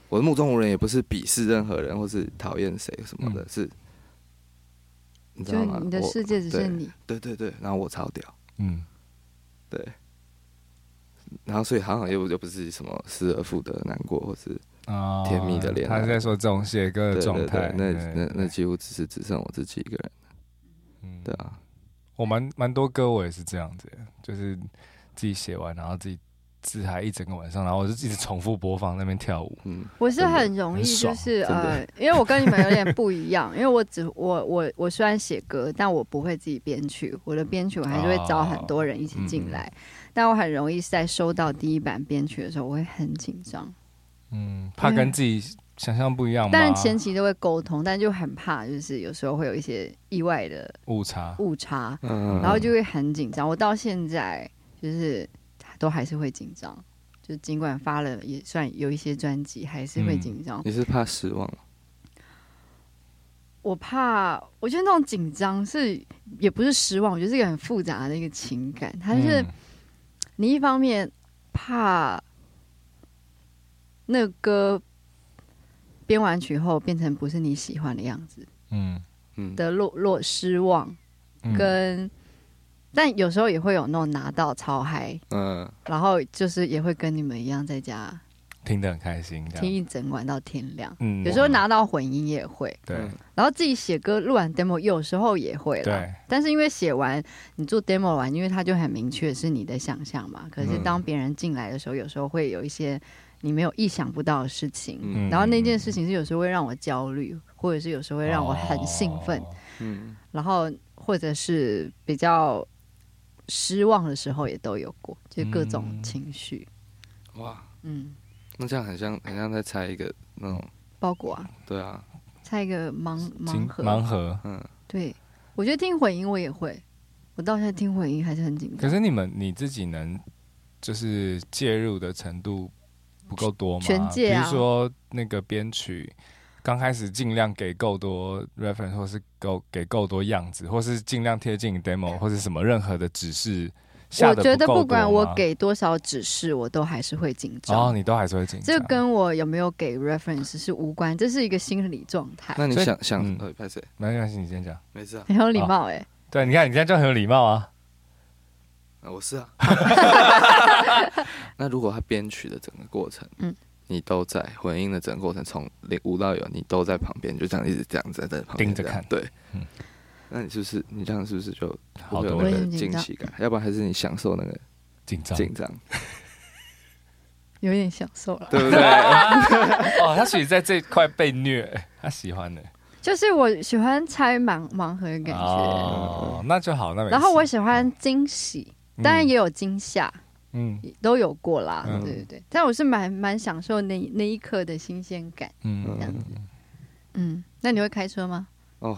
S4: 我的目中无人，也不是鄙视任何人或是讨厌谁什么的，
S1: 嗯
S4: 是，你知
S2: 哦就
S4: 道
S2: 是
S4: 吗？
S2: 你的
S4: 我
S2: 世界只
S4: 对
S2: 是你，
S4: 对对对，然后我超屌，
S1: 嗯，
S4: 对。然后，所以好像又又不是什么失而复得的难过，或是
S2: 嗯
S1: 啊
S2: 哦
S4: 甜蜜的恋爱
S1: 他是在说这种写歌的
S4: 对
S1: 状
S4: 对
S1: 态
S4: 对，，那
S1: 对
S4: 那那几乎只是只剩我自己一个人，
S1: 嗯
S4: 对啊，
S1: 我蛮蛮多歌我也是这样子，就是自己写完，然后自己自嗨一整个晚上，然后我就一直重复播放那边跳舞，
S4: 嗯
S2: 我是很容易，
S1: 真的
S2: 就
S1: 很爽
S2: 是
S4: 真的
S2: 呃，因为我跟你们有 点不一样，因为我只我我我虽然写歌，但我不会自己编曲，我的编曲我还是会找
S4: 哦
S2: 很多人一
S4: 嗯
S2: 起进来，但我很容易在收到第一版编曲的时候，我会很紧张，
S1: 嗯，怕跟自己想象不一样嘛，
S2: 啊但是前期都会沟通，但就很怕，就是有时候会有一些意外的
S1: 误差，
S2: 误差，
S4: 嗯
S2: 然后就会很紧张。我到现在就是都还是会紧张，就尽管发了也算有一些专辑，还是会
S1: 嗯
S2: 紧张。
S4: 你是怕失望吗？
S2: 我怕，我觉得那种紧张是也不是失望，我觉得是一个很复杂的一个情感。它是
S1: 嗯
S2: 你一方面怕那个歌编完曲后变成不是你喜欢的样子
S1: 嗯
S4: 嗯，
S2: 的落落失望，
S1: 嗯
S2: 跟、但有时候也会有那种拿到超嗨，
S4: 嗯，
S2: 然后就是也会跟你们一样在家
S1: 听得很开心，这
S2: 听
S1: 样，
S2: 一整晚到天亮。
S1: 嗯
S2: 有时候拿到混音也会，
S4: 嗯
S1: 对
S2: 然后自己写歌录完 demo 有时候也会啦。
S1: 对，
S2: 但是因为写完你做 demo 完，因为它就很明确是你的想象嘛。可是
S1: 嗯
S2: 当别人进来的时候，有时候会有一些你没有意想不到的事情。
S4: 嗯
S2: 然后那件事情是有时候会让我焦虑，或者是有时候会让我很兴奋，
S1: 哦
S4: 嗯
S2: 然后或者是比较失望的时候也都有过，就各种情绪。
S4: 哇，
S2: 嗯，
S4: 那这样很像很像在猜一个那种，
S2: 包裹啊，
S4: 对啊，
S2: 猜一个盲盲
S1: 金
S2: 盒。
S1: 盲盒。
S4: 嗯，
S2: 对，我觉得听混音我也会，我到现在听混音还是很紧
S1: 可
S2: 张。
S1: 是你们你自己能就是介入的程度不够多吗？
S2: 全界啊
S1: 比如说那个编曲，刚开始尽量给够多 reference，或是够给够多样子，或是尽量贴近 demo，或是什么任何的指示下
S2: 我
S1: 得
S2: 觉得
S1: 够
S2: 不管
S1: 多
S2: 我
S1: 吗，
S2: 给多少指示，我都还是会紧
S1: 哦，
S2: 张。
S1: 你都还是会紧张。
S2: 这跟我有没有给 reference 是无关，这是一个心理状态。
S4: 那你
S1: 所以
S4: 想想
S1: 嗯，
S4: 呃，拍谁？
S1: 没关系，你先讲。
S4: 没 事啊，
S2: 很有礼貌哎、
S1: 对，你看你这样就很有礼貌啊。
S4: 呃我是啊。那如果他编曲的整个过程，
S2: 嗯
S4: 你都在混音的整个过程，从零无到有，你都在旁边，就这样一直这样在在旁边
S1: 盯着
S4: 这样
S1: 看
S4: 对
S1: 嗯。
S4: 那你是不是你这样是不是就
S1: 好
S4: 会有
S1: 多
S4: 那
S2: 了
S4: 个惊喜感？要不然还是你享受那个
S1: 紧张
S4: 紧张，
S2: 有点享受了。
S4: 对不对？
S1: 哦，他其实在这一块被虐，他喜欢的
S2: 就是我喜欢拆盲盲盒的感觉，
S1: 哦，那就好，那没事
S2: 然后我喜欢惊喜，当然
S1: 嗯
S2: 也有惊吓，
S1: 嗯
S2: 都有过啦，
S1: 嗯
S2: 对对对。但我是蛮蛮享受那那一刻的新鲜感，这样
S1: 嗯
S2: 子。嗯，那你会开车吗？
S4: 哦，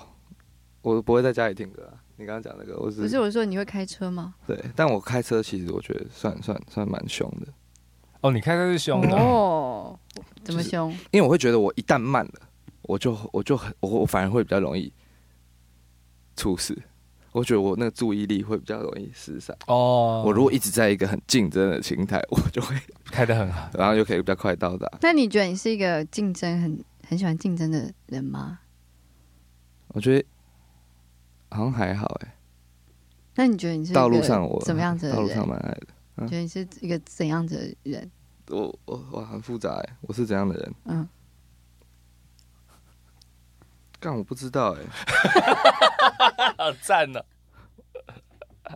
S4: 我不会在家里听歌啊。你刚刚讲那个，我只
S2: 不是我说你会开车吗？
S4: 对，但我开车其实我觉得算算算蛮凶的，
S1: 哦，你看他是凶的，
S2: 哦，怎么
S4: 就是
S2: 凶？
S4: 因为我会觉得我一旦慢了，我就我就很我我反而会比较容易出事。我觉得我那个注意力会比较容易失散。
S1: 哦，
S4: 我如果一直在一个很竞争的心态，我就会，
S1: 开得很好，
S4: 然后就可以比较快到达。
S2: 那你觉得你是一个竞争很很喜欢竞争的人吗？
S4: 我觉得好像还好哎、
S2: 那你觉得你是一个
S4: 道路上我
S2: 怎么样子的
S4: 道
S2: 人？
S4: 路上蛮爱的。
S2: 你觉得你是一个怎样子的人？
S4: 我我我很复杂哎、我是怎样的人？
S2: 嗯，
S4: 但我不知道哎、
S1: 好赞
S4: 哦
S1: 呢。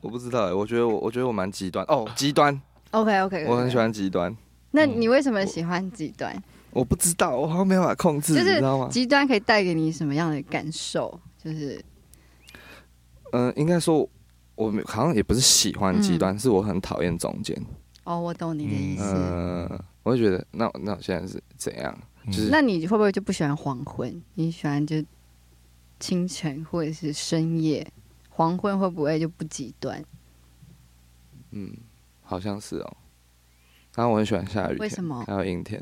S4: 我不知道哎、我觉得我我觉得我蛮 极端哦，极端，
S2: OK OK，
S4: 嗯我很喜。欢极端。
S2: 那你为什么喜欢极端？
S4: 我不知道，我好像没办法控制，
S2: 就
S4: 你
S2: 是
S4: 知道吗？
S2: 极端可以带给你什么样的感受？就是
S4: 嗯、应该说，我没好像也不是喜欢
S2: 嗯
S4: 极端，是我很讨厌中间。
S2: 哦，我懂你的意思。
S4: 嗯、我会觉得，那那我现在是怎样？
S1: 嗯
S4: 就是
S2: 那你会不会就不喜欢黄昏？你喜欢就清晨或者是深夜？黄昏会不会就不极端？
S4: 嗯，好像是哦。然后我很喜欢下雨天，
S2: 为什么
S4: 还有阴天，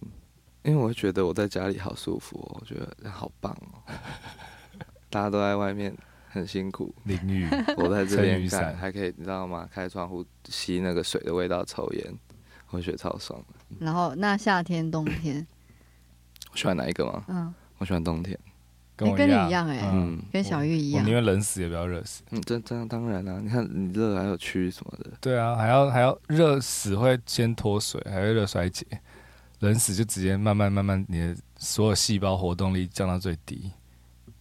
S4: 因为我会觉得我在家里好舒服哦，我觉得好棒哦。 大家都在外面很辛苦，
S1: 淋雨，
S4: 我在这
S1: 撑
S4: 边
S1: 雨伞
S4: 干还可以，你知道吗？开窗户吸那个水的味道，抽烟，我觉得超爽的。
S2: 然后那夏天、冬天，
S4: 我喜欢哪一个吗？
S2: 嗯，
S4: 我喜欢冬天。
S1: 跟我
S2: 跟
S1: 一
S2: 你
S1: 样，
S2: 一样哎
S1: 嗯，
S2: 跟小玉一
S1: 我
S2: 样
S1: 宁。愿冷死也不要热死。
S4: 嗯，这这样当然啦、你看你热还有蛆什么的，
S1: 对啊，还要还要热死会先脱水，还会热衰竭，冷死就直接慢慢慢慢，你的所有细胞活动力降到最低，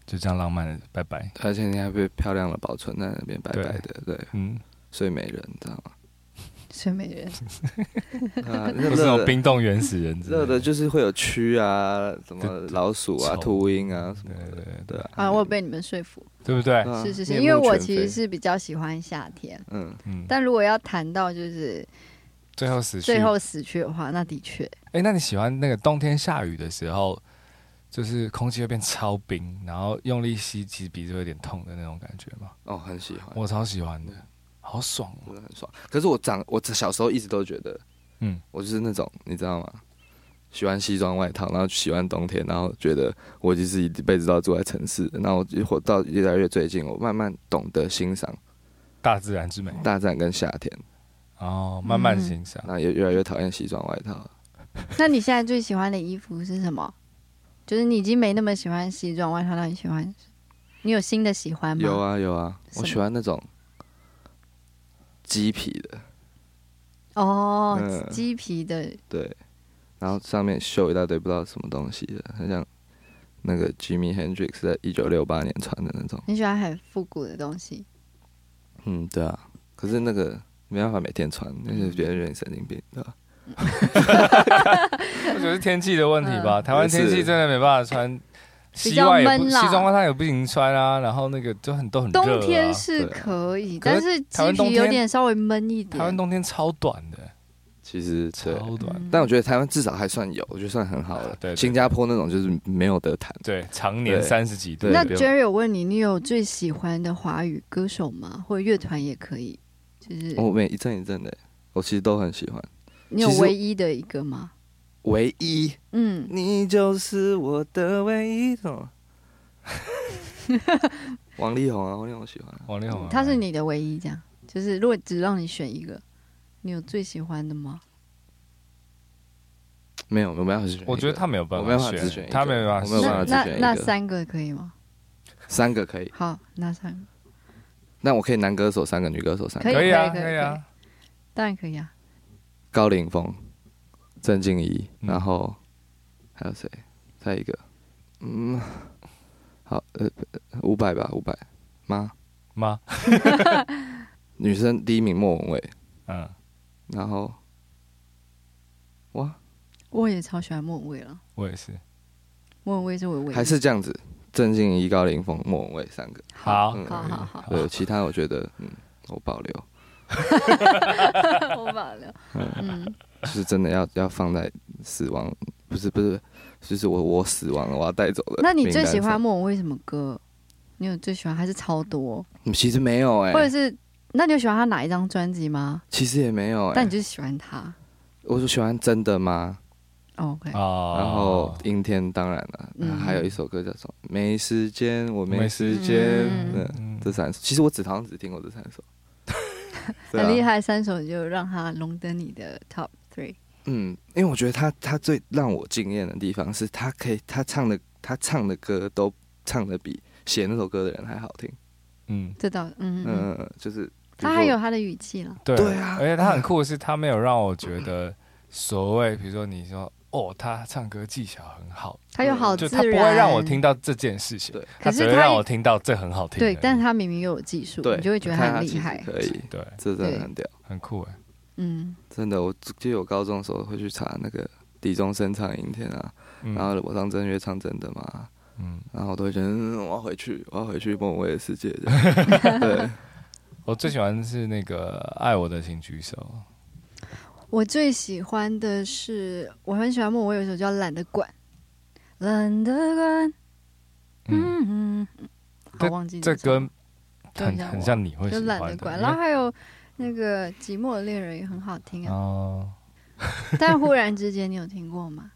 S1: 就这样浪漫的拜拜。
S4: 而且你还被漂亮的保存在那边白白的，对，
S1: 嗯，
S4: 睡美人，你知道 吗？
S2: 睡美人，
S4: 啊，
S1: 不
S4: 热
S1: 是那种
S4: 的
S1: 冰冻原始人之类
S4: 热的就是会有蛆啊，什么老鼠啊、
S1: 丑
S4: 秃鹰啊什么
S1: 对
S4: 的，
S1: 对对，
S4: 对啊。
S2: 啊，我有被你们说服。
S1: 对不对
S4: 对？啊
S2: 是是是，
S4: 面
S2: 因为
S4: 目
S2: 我
S4: 全
S2: 其实
S4: 非
S2: 是比较喜欢夏天，
S4: 嗯，
S1: 嗯，
S2: 但如果要谈到就是
S1: 最后死去。
S2: 最后死去的话，那的确
S1: 哎、那你喜欢那个冬天下雨的时候，就是空气会变超冰，然后用力吸，其实鼻子会有点痛的那种感觉吗？
S4: 哦，很喜欢，
S1: 我超喜欢的，嗯好爽哦、
S4: 真的很爽。可是我长，我小时候一直都觉得，
S1: 嗯，
S4: 我就是那种，你知道吗？喜欢西装外套，然后喜欢冬天，然后觉得我就是一辈子都要住在城市。然后我活到越来越最近，我慢慢懂得欣赏
S1: 大自然之美
S4: 大战跟夏天，
S1: 哦，慢慢欣赏。
S4: 然后也越来越讨厌西装外套了。
S2: 那你现在最喜欢的衣服是什么？就是你已经没那么喜欢西装外套，那你喜欢？你有新的喜欢吗？
S4: 有啊有啊，
S2: 什么
S4: 我喜欢那种鸡皮的，
S2: 哦，
S4: 嗯
S2: 鸡皮的
S4: 对，然后上面绣一大堆不知道什么东西的，很像那个 Jimmy Hendrix 在一九六八年穿的那种。
S2: 你喜欢很复古的东西，
S4: 嗯，对啊，可是那个没办法每天穿，那就别人觉得你神经病，对吧？
S1: 我觉得是天气的问题吧，台湾天气真的没办法穿。
S2: 嗯比
S1: 西
S2: 较
S1: 外也不
S2: 闷啦
S1: 西装外套也不行穿啊，然后那个就很都很热、啊。
S2: 冬天是
S4: 对啊
S2: 可以，
S1: 可
S2: 但
S1: 是
S2: 是
S1: 台
S2: 鸡
S1: 湾冬
S2: 皮有
S1: 天
S2: 点稍微闷一点
S1: 台。湾冬天超短的，
S4: 其实对，
S1: 超短，
S2: 嗯
S4: 但我觉得台湾至少还算有，我觉得算很好了。
S1: 对对
S4: 新加坡那种就是没有得谈。
S1: 对，常年
S4: 对
S1: 三十几度
S4: 对。
S2: 那
S4: 不用
S2: Jerry，我问你，你有最喜欢的华语歌手吗？或者乐团也可以，就是
S4: 我每一阵一阵的，我其实都很喜欢。
S2: 你有
S4: 其实
S2: 唯一的一个吗？
S4: 唯一，
S2: 嗯，
S4: 你就是我的唯一。什么 王力宏啊，王力宏喜欢啊。
S1: 王力宏啊，
S2: 他是你的唯一，这样就是如果只让你选一个，你有最喜欢的吗？
S4: 没有，我们要选一个。
S1: 我觉得他没有办
S4: 我没有办法
S1: 选，
S4: 只选一个
S1: 他没有办法
S4: 我没有办法
S2: 那
S4: 只
S1: 选
S2: 那
S4: 选一个
S2: 那三个可以吗？
S4: 三个可以，
S2: 好，那三个
S4: 那我可以男歌手三个，女歌手三
S2: 可以
S4: 个。
S1: 可以啊，
S2: 可以
S1: 可以啊，
S2: 当然可以啊。
S4: 高凌风、郑敬怡，
S1: 嗯
S4: 然后还有谁？再一个，嗯，好，呃，五百吧，五百妈，
S1: 吗？
S4: 女生第一名莫文蔚，
S1: 嗯，
S4: 然后哇，
S2: 我也超喜欢莫文蔚了，
S1: 我也是。
S2: 莫文蔚是我的唯一。
S4: 还是这样子，郑敬怡、高凌风、莫文蔚三个，
S1: 好，
S4: 嗯
S2: 好好好，
S4: 对，其他我觉得，嗯，我保留，
S2: 我保留。
S4: 嗯，
S2: 嗯，
S4: 就是真的要要放在死亡，不是不是，就是我我死亡了，我要带走了。
S2: 那你最喜欢？莫文蔚什么歌？你有最喜欢还是超多，
S4: 嗯其实没有哎、
S2: 或者是那你有喜欢他哪一张专辑吗？
S4: 其实也没有哎、
S2: 但你就是喜欢他。
S4: 我就喜欢真的吗？
S2: 哦 OK，
S1: 哦，
S4: 然后阴天当然了，
S2: 嗯
S4: 还有一首歌叫什么？没时间，我
S1: 没
S4: 没
S1: 时
S4: 时间。
S2: 间
S4: 嗯，
S1: 嗯
S4: 这三首，其实我只好像只听过这三 首，对啊
S2: 很厉。害，三首就让他荣登你的 Top Three。
S4: 嗯，因为我觉得他他最让我惊艳的地方是他可以他唱的他唱的歌都唱的比写那首歌的人还好听。
S1: 嗯，
S2: 这倒，嗯嗯嗯，
S4: 嗯，嗯就是
S2: 他还有他的语气了。
S1: 对
S4: 对啊
S1: 而且他很酷的是，他没有让我觉得所谓，比如说你说哦，他唱歌技巧很好，
S2: 他又好自
S1: 就
S2: 然，
S1: 他不会让我听到这件事情
S4: 对，
S1: 他
S2: 可
S1: 只
S2: 是
S1: 会
S2: 他
S1: 让我听到这很好听而已。
S2: 对，但是他明明又有技术，
S4: 对，
S2: 你就会觉得
S4: 看
S2: 很
S4: 他
S2: 厉
S4: 其实
S2: 害。
S4: 可以，
S1: 对，
S4: 这真
S2: 对
S4: 的很屌。
S1: 很酷哎。
S2: 嗯，
S4: 真的，我记得我高中的时候会去查那个李宗盛唱《阴天》啊，
S1: 嗯
S4: 然后我上正月唱《真的嘛》，
S1: 嗯，
S4: 然后我都会觉得嗯我要回去，我要回去梦为的世界。这 样 对，
S1: 我最喜欢的是那个《爱我的请举手》，
S2: 我最喜欢的是，我很喜欢莫文蔚有一首叫《懒得管》，懒得管，
S1: 嗯，
S2: 嗯，好忘记
S1: 这
S2: 怎么唱
S1: 歌很很像你会喜
S2: 嗯就懒得
S1: 欢
S2: 管，
S1: 的，
S2: 然后
S1: 因为
S2: 还有那个《寂寞的恋人》也很好听啊。
S1: 哦，
S2: 但忽然之间，你有听过吗？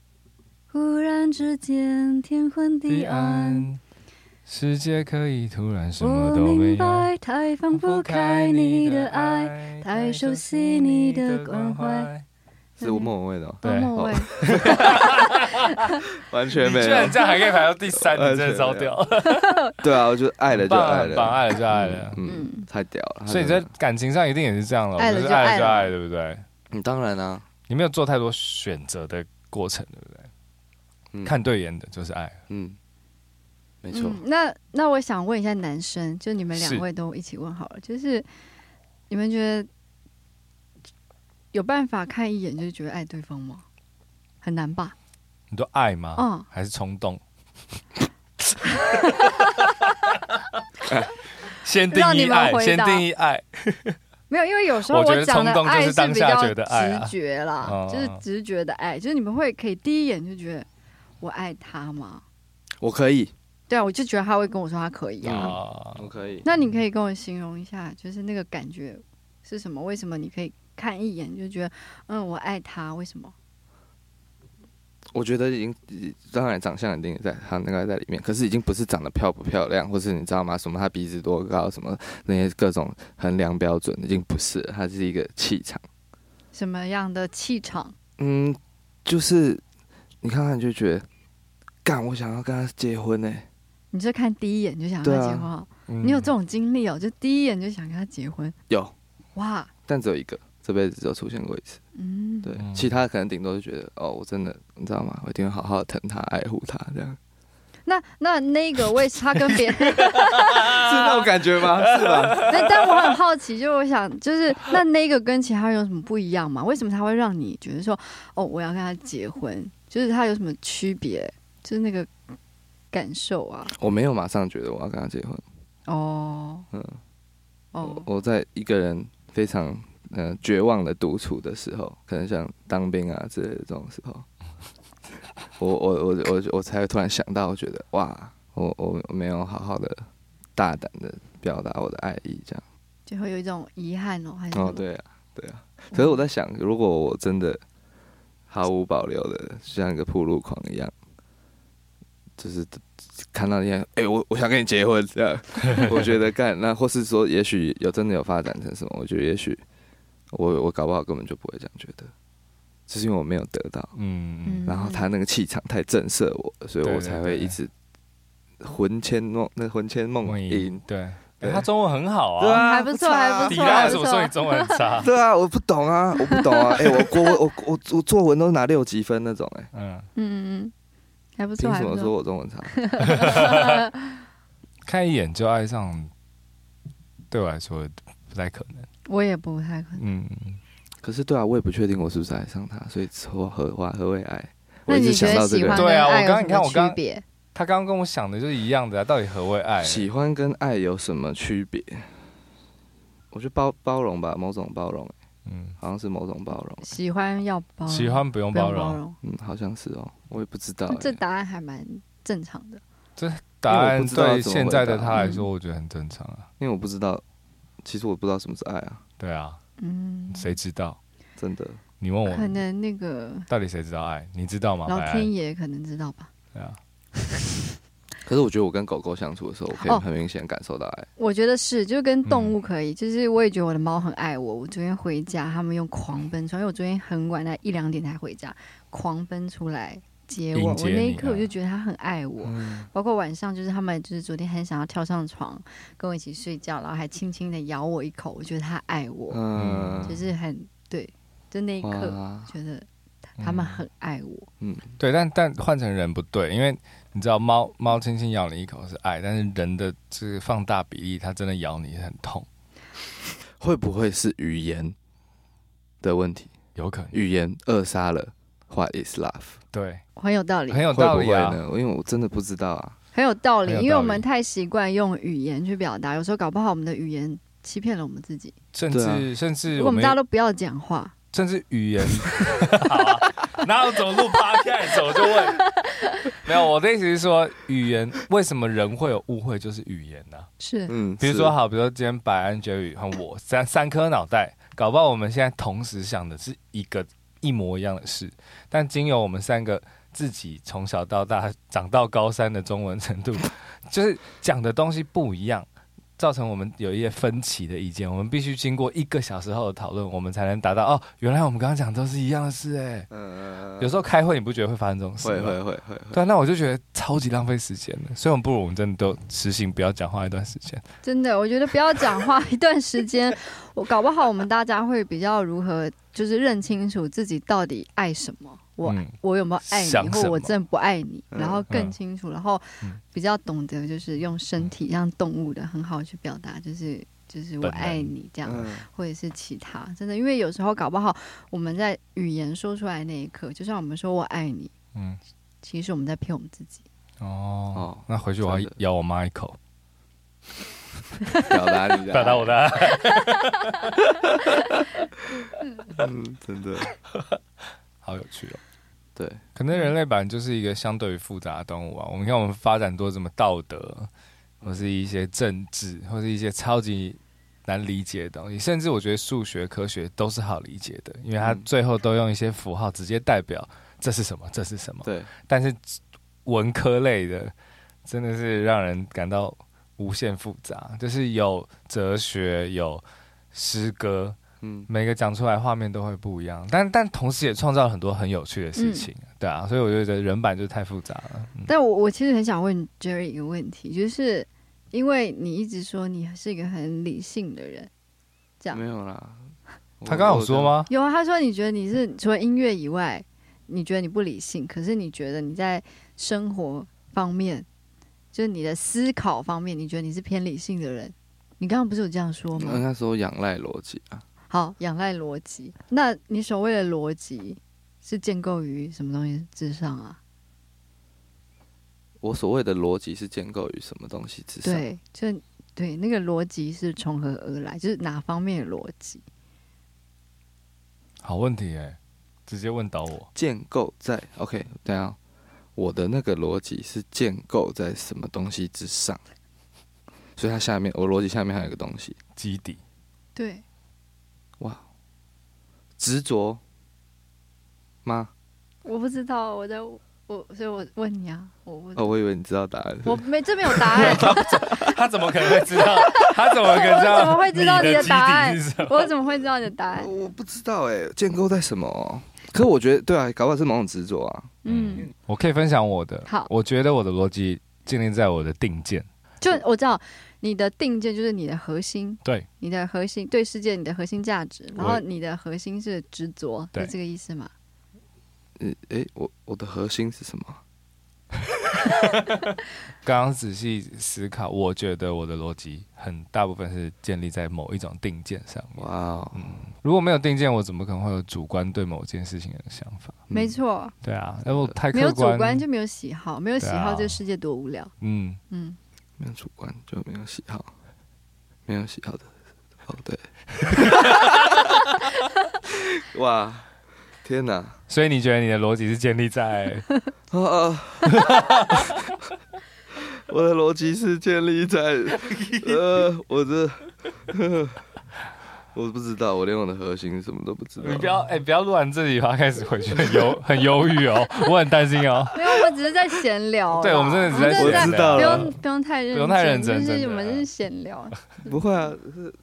S2: 忽然之间，天昏地
S1: 彼
S2: 暗，
S1: 岸，世界可以突然什么
S2: 我
S1: 都没
S2: 明
S1: 有。
S2: 白，太放不开你的爱。
S1: 爱
S2: 太熟悉你的关怀。
S4: 是
S2: 嗯
S4: 莫文蔚的哦，
S1: 对
S2: 莫文蔚，
S4: 完
S1: 你
S4: 全没
S1: 居然
S4: 有。
S1: 这样还可以排到第三，
S4: 呃
S1: 你真的超屌！
S4: 对啊，我就 爱了就
S1: 棒
S4: 爱
S1: 很棒，啊
S4: 了，
S1: 爱了就爱了。
S4: 嗯，
S2: 嗯，
S4: 太屌了。
S1: 所以你在
S4: 这
S1: 感情上一定也是这样了，
S2: 爱了
S1: 就是
S2: 就
S1: 爱了就
S2: 爱
S1: 爱
S2: 了
S1: 了，对不对？
S4: 嗯，当然啊，
S1: 你没有做太多选择的过程，对不对？
S4: 嗯
S1: 看对眼的就是爱。
S4: 嗯，没错
S2: 嗯，，那那我想问一下男生，就你们
S1: 是
S2: 两位都一起问好了，就是你们觉得有办法看一眼就觉得爱对方吗？很难吧？
S1: 你都爱吗？
S2: 嗯
S1: 还是冲 动？ 先定
S2: 让你
S1: 义
S2: 们
S1: 爱，
S2: 回
S1: 先
S2: 答
S1: 定义爱。
S2: 没有，因为有时候
S1: 我觉得
S2: 讲的
S1: 冲动就是
S2: 爱
S1: 当
S2: 比
S1: 下
S2: 较
S1: 觉得爱啊
S2: 直觉啦
S1: 嗯，
S2: 就是直觉的爱，就是你们会可以第一眼就觉得我爱他吗？
S4: 我可以，
S2: 对啊，我就觉得他会跟我说他可以啊。
S4: 嗯
S1: 啊，
S4: 我可以。
S2: 那你可以跟我形容一下，就是那个感觉是什么？为什么你可以看一眼就觉得嗯我爱他？为什么？
S4: 我觉得已经，当然长相一定在他那个在里面，可是已经不是长得漂不漂亮，或是你知道吗？什么他鼻子多高，什么那些各种衡量标准已经不是了，它是一个气场。
S2: 什么样的气场？
S4: 嗯，就是你看看你就觉得，干，我想要跟他结婚呢、欸
S2: 你是看第一眼就想跟他结婚啊？
S1: 嗯
S2: 你有这种经历哦，就第一眼就想跟他结婚？
S4: 有，
S2: 哇，
S4: 但只有一个，这辈子只有出现过一次。
S2: 嗯，
S4: 对，
S1: 嗯
S4: 其他可能顶多就觉得，哦，我真的，你知道吗？我一定会好好地疼他、爱护他，这 样、
S2: 那那那个为他跟别人
S4: 是那种感觉吗？是 吧？
S2: 那但我很好奇，就是我想，就是那那个跟其他人有什么不一样吗？为什么他会让你觉得说，哦，我要跟他结婚？就是他有什么区别？就是那个感受啊？
S4: 我没有马上觉得我要跟他结婚，
S2: 哦，
S4: 嗯，
S2: 哦，
S4: 我在一个人非常呃绝望的独处的时候，可能像当兵啊之类的这种时候， 我我我我我才会突然想到，我觉得哇，我我我没有好好的大胆的表达我的爱意，这样。
S2: 就会有一种遗憾哦，
S1: 嗯
S2: 还是什么
S4: 哦，，对啊，对啊。可是我在想，如果我真的毫无保留的，像一个铺路狂一样，就是看到人家，哎、我我想跟你结婚 这样，我觉得干那，或是说，也许有真的有发展成什么，我觉得也许我我搞不好根本就不会这样觉得，就是因为我没有得到，
S1: 嗯嗯
S2: 嗯
S4: 然后他那个气场太震慑我了，所以
S1: 对
S4: 我
S1: 对
S4: 才会一
S1: 对
S4: 直魂牵梦那魂牵梦
S1: 梦
S4: 萦
S1: 莹，，嗯对，
S4: 嗯对
S1: 欸他中文很好
S4: 对
S1: 啊。
S4: 啊，
S2: 还不错
S4: 差
S2: 还不错
S4: 啊
S1: 你刚才怎么说你中文很差？
S4: 对啊，我不懂啊，我不懂 啊。哎、我国文我我我作文都拿六几分那种、哎，
S1: 嗯，
S2: 嗯嗯嗯，还不错，
S4: 凭
S2: 还
S4: 什
S2: 不
S4: 么说
S2: 错，
S4: 我中文差？
S1: 看一眼就爱上，对我来说不太可能。
S2: 我也不太可能。
S1: 嗯，
S4: 可是对啊，我也不确定我是不是爱上他，所以何何话何谓爱？ 我
S2: 那
S4: 一
S2: 你
S4: 直
S2: 觉
S4: 想到
S2: 得
S4: 这
S2: 喜
S4: 个
S2: 欢
S4: 人
S2: 跟
S1: 对啊
S2: 爱
S1: 我
S2: 有
S1: 刚
S2: 什
S1: 你看
S2: 么
S1: 我刚
S2: 区别？
S1: 他刚刚跟我想的就是一样的啊，到底何谓爱？
S4: 喜欢跟爱有什么区别？我觉得包包容吧，某种包容、
S1: 嗯，
S4: 好像是某种包容，
S2: 喜欢要包容，
S1: 喜欢不用
S2: 哦不用
S1: 包
S2: 包
S1: 容，
S2: 容，
S4: 嗯，好像是哦，我也不知道、哎
S2: 这答案还蛮正常的。
S1: 答
S4: 因为我
S1: 案
S4: 不知道
S1: 对
S4: 怎么
S1: 现在的
S4: 回答
S1: 他来说，我觉得很正常啊。
S4: 因为我不知道，其实我不知道什么是爱啊，
S1: 对啊，
S2: 嗯，
S1: 谁知道？
S4: 真的。
S1: 你问
S2: 可
S1: 我，
S2: 能那个
S1: 到底谁知道爱？你知道吗？
S2: 老
S1: 白安
S2: 天爷可能知道吧。
S1: 对啊，
S4: 可是我觉得我跟狗狗相处的时候，我可以
S2: 哦
S4: 很明显感受到爱。
S2: 我觉得是，就跟动物可以，就是我也觉得我的猫很爱我。我昨天回家，它们用狂奔出来，因为我昨天很晚，那一两点才回家，狂奔出来接我。
S1: 迎接
S2: 我那
S1: 你
S2: 一
S1: 啊
S2: 刻我就觉得它很爱我，
S4: 嗯，
S2: 包括晚上，就是它们就是昨天很想要跳上床跟我一起睡觉，然后还轻轻的咬我一口，我觉得它爱我，
S4: 嗯
S2: 就是很对，就那一刻
S4: 哇
S2: 觉得它们
S1: 嗯
S2: 很爱我。
S1: 对，但但换成人不对，因为你知道猫猫轻轻咬你一口是爱，但是人的这个放大比例，它真的咬你很痛，
S4: 会不会是语言的问题？
S1: 有可能。
S4: 语言扼杀了 What is love？
S1: 对，
S2: 很有道理，
S1: 很有
S4: 会
S1: 道
S4: 不
S1: 理
S4: 会
S1: 啊。
S4: 呢？因为我真的不知道啊。
S2: 很有道理
S1: 很有道，理
S2: 因为我们太习惯用语言去表达，有时候搞不好我们的语言欺骗了我们自己。
S1: 甚
S4: 对
S1: 至、
S4: 啊
S1: 甚至
S2: 如果
S1: 我
S2: 我们
S1: 们
S2: 大家都不要讲话，
S1: 甚至语 言，好啊哪有怎么录 podcast 我就问， 没有，我的意思是说，语言为什么人会有误会，就是语言啊呢、
S2: 是
S4: 嗯，
S1: 比如
S4: 是
S1: 说，好，比如说今天白安绝宇和 我三三颗脑袋，搞不好我们现在同时想的是一个一模一样的事，但经由我们三个自己从小到大长到高三的中文程 度，就是讲的东西不一样，造成我们有一些分歧的意见。我们必须经过一个小时后的讨论，我们才能达到哦，原来我们刚刚讲的都是一样的事哎、
S4: 嗯嗯，嗯
S1: 有时候开会你不觉得会发生这种事
S4: 会
S1: 吗？
S4: 会会会会，
S1: 对啊，那我就觉得超级浪费时间的，所以我们不如我们真的都实行不要讲话一段时间。
S2: 真的，我觉得不要讲话一段时间， 我搞不好我们大家会比较如何，就是认清楚自己到底爱什么，我、
S1: 嗯
S2: 我有没有爱你
S1: 想，什
S2: 或
S1: 么
S2: 我真的不爱你，
S4: 嗯
S2: 然后更清楚，然后
S1: 嗯
S2: 比较懂得就是用身体让动物的很好去表达，就是就是我
S1: 本能
S2: 爱你这样。
S4: 嗯
S2: 或者是其他，真的，因为有时候搞不好我们在语言说出来那一刻，就像我们说我爱你，
S1: 嗯。
S2: 其实我们在骗我们自己。
S1: 哦，
S4: 哦
S1: 那回去我
S4: 真
S1: 要
S4: 的
S1: 咬我妈一口，
S4: 表达你 的爱，
S1: 表达我的爱。
S4: 嗯，真的，
S1: 好有趣哦！
S4: 对，
S1: 可能人类版就是一个相对于复杂的动物啊。我们看我们发展多什么道德，或是一些政治，或是一些超级难理解的东西，甚至我觉得数学、科学都是好理解的，因为它
S4: 嗯
S1: 最后都用一些符号直接代表这是什么，这是什么。
S4: 对，
S1: 但是文科类的真的是让人感到无限复杂，就是有哲学，有诗歌，
S4: 嗯，
S1: 每个讲出来画面都会不一样，但但同时也创造了很多很有趣的事情，
S4: 嗯
S1: 对啊，所以我就觉得人版就太复杂了。嗯
S2: 但我我其实很想问 Jerry 一个问题，就是因为你一直说你是一个很理性的人，这样
S4: 没有啦。我
S1: 他刚刚有说？吗？
S2: 有啊？他说你觉得你是除了音乐以外，你觉得你不理性，可是你觉得你在生活方面，就是你的思考方面，你觉得你是偏理性的人。你刚刚不是有这样说
S4: 我
S2: 吗？
S4: 我那时候仰赖逻辑啊，
S2: 好，仰赖逻辑。那你所谓的逻辑是建构于什么东西之上啊？
S4: 我所谓的逻辑是建构于什么东西之上？
S2: 对，就对那个逻辑是从何而来？就是哪方面的逻辑？
S1: 好问题哎、直接问倒我。
S4: 建构在 OK，等一下，哦我的那个逻辑是建构在什么东西之上？所以它下面，我逻辑下面还有一个东西，
S1: 基 底
S2: 对，
S4: 哇，执着吗？
S2: 我不知道，我在我，所以我问你啊，我不，
S4: 哦，我以为你知道答案。
S2: 我没这没有答案，
S1: 他怎么可能会知道？ 他怎么可能知道？
S2: 我怎么会知道你
S1: 你
S2: 的答案
S1: 基底是什么？
S2: 我怎么会知道你的答案？
S4: 我不知道哎、建构在什么？可我觉得对啊，搞不好是某种执着啊。
S2: 嗯，
S1: 我可以分享我的。
S2: 好
S1: 我觉得我的逻辑建立在我的定见。
S2: 就我知道你的定见就是你的核心，
S1: 对，
S2: 你的核心对世界你的核心价值，然后
S1: 我
S2: 你的核心是执着，
S1: 对
S2: 是这个意思吗？
S4: 嗯呃，哎、我我的核心是什么？
S1: 刚刚仔细思考，我觉得我的逻辑很大部分是建立在某一种定见上面
S4: 哇。哦，
S1: 如果没有定见，我怎么可能会有主观对某件事情的想法？
S2: 没错，
S1: 对啊，要不太客观，
S2: 没有主观就没有喜好，没有喜好，
S1: 对啊
S2: 这个世界多无聊。
S1: 嗯，
S2: 嗯，
S4: 没有主观就没有喜好，没有喜好的哦，对。哇，天哪！
S1: 所以你觉得你的逻辑是建立在
S4: 啊啊！我的逻辑是建 立在，呃，我的， 我不知道，我连我的核心什么都不知道。
S1: 你不要哎、不要录完这里吧，开始回去很忧 很忧郁哦，我很担心哦。
S2: 没有，我们只是在闲聊 啦。
S1: 对，我们真的只在
S4: 我
S1: 闲聊
S4: 知道
S2: 不
S4: 了
S2: 用不用太认真，
S1: 不用太认真
S2: 就
S1: 真
S2: 是
S1: 的
S2: 我们是闲 聊，
S4: 不会啊，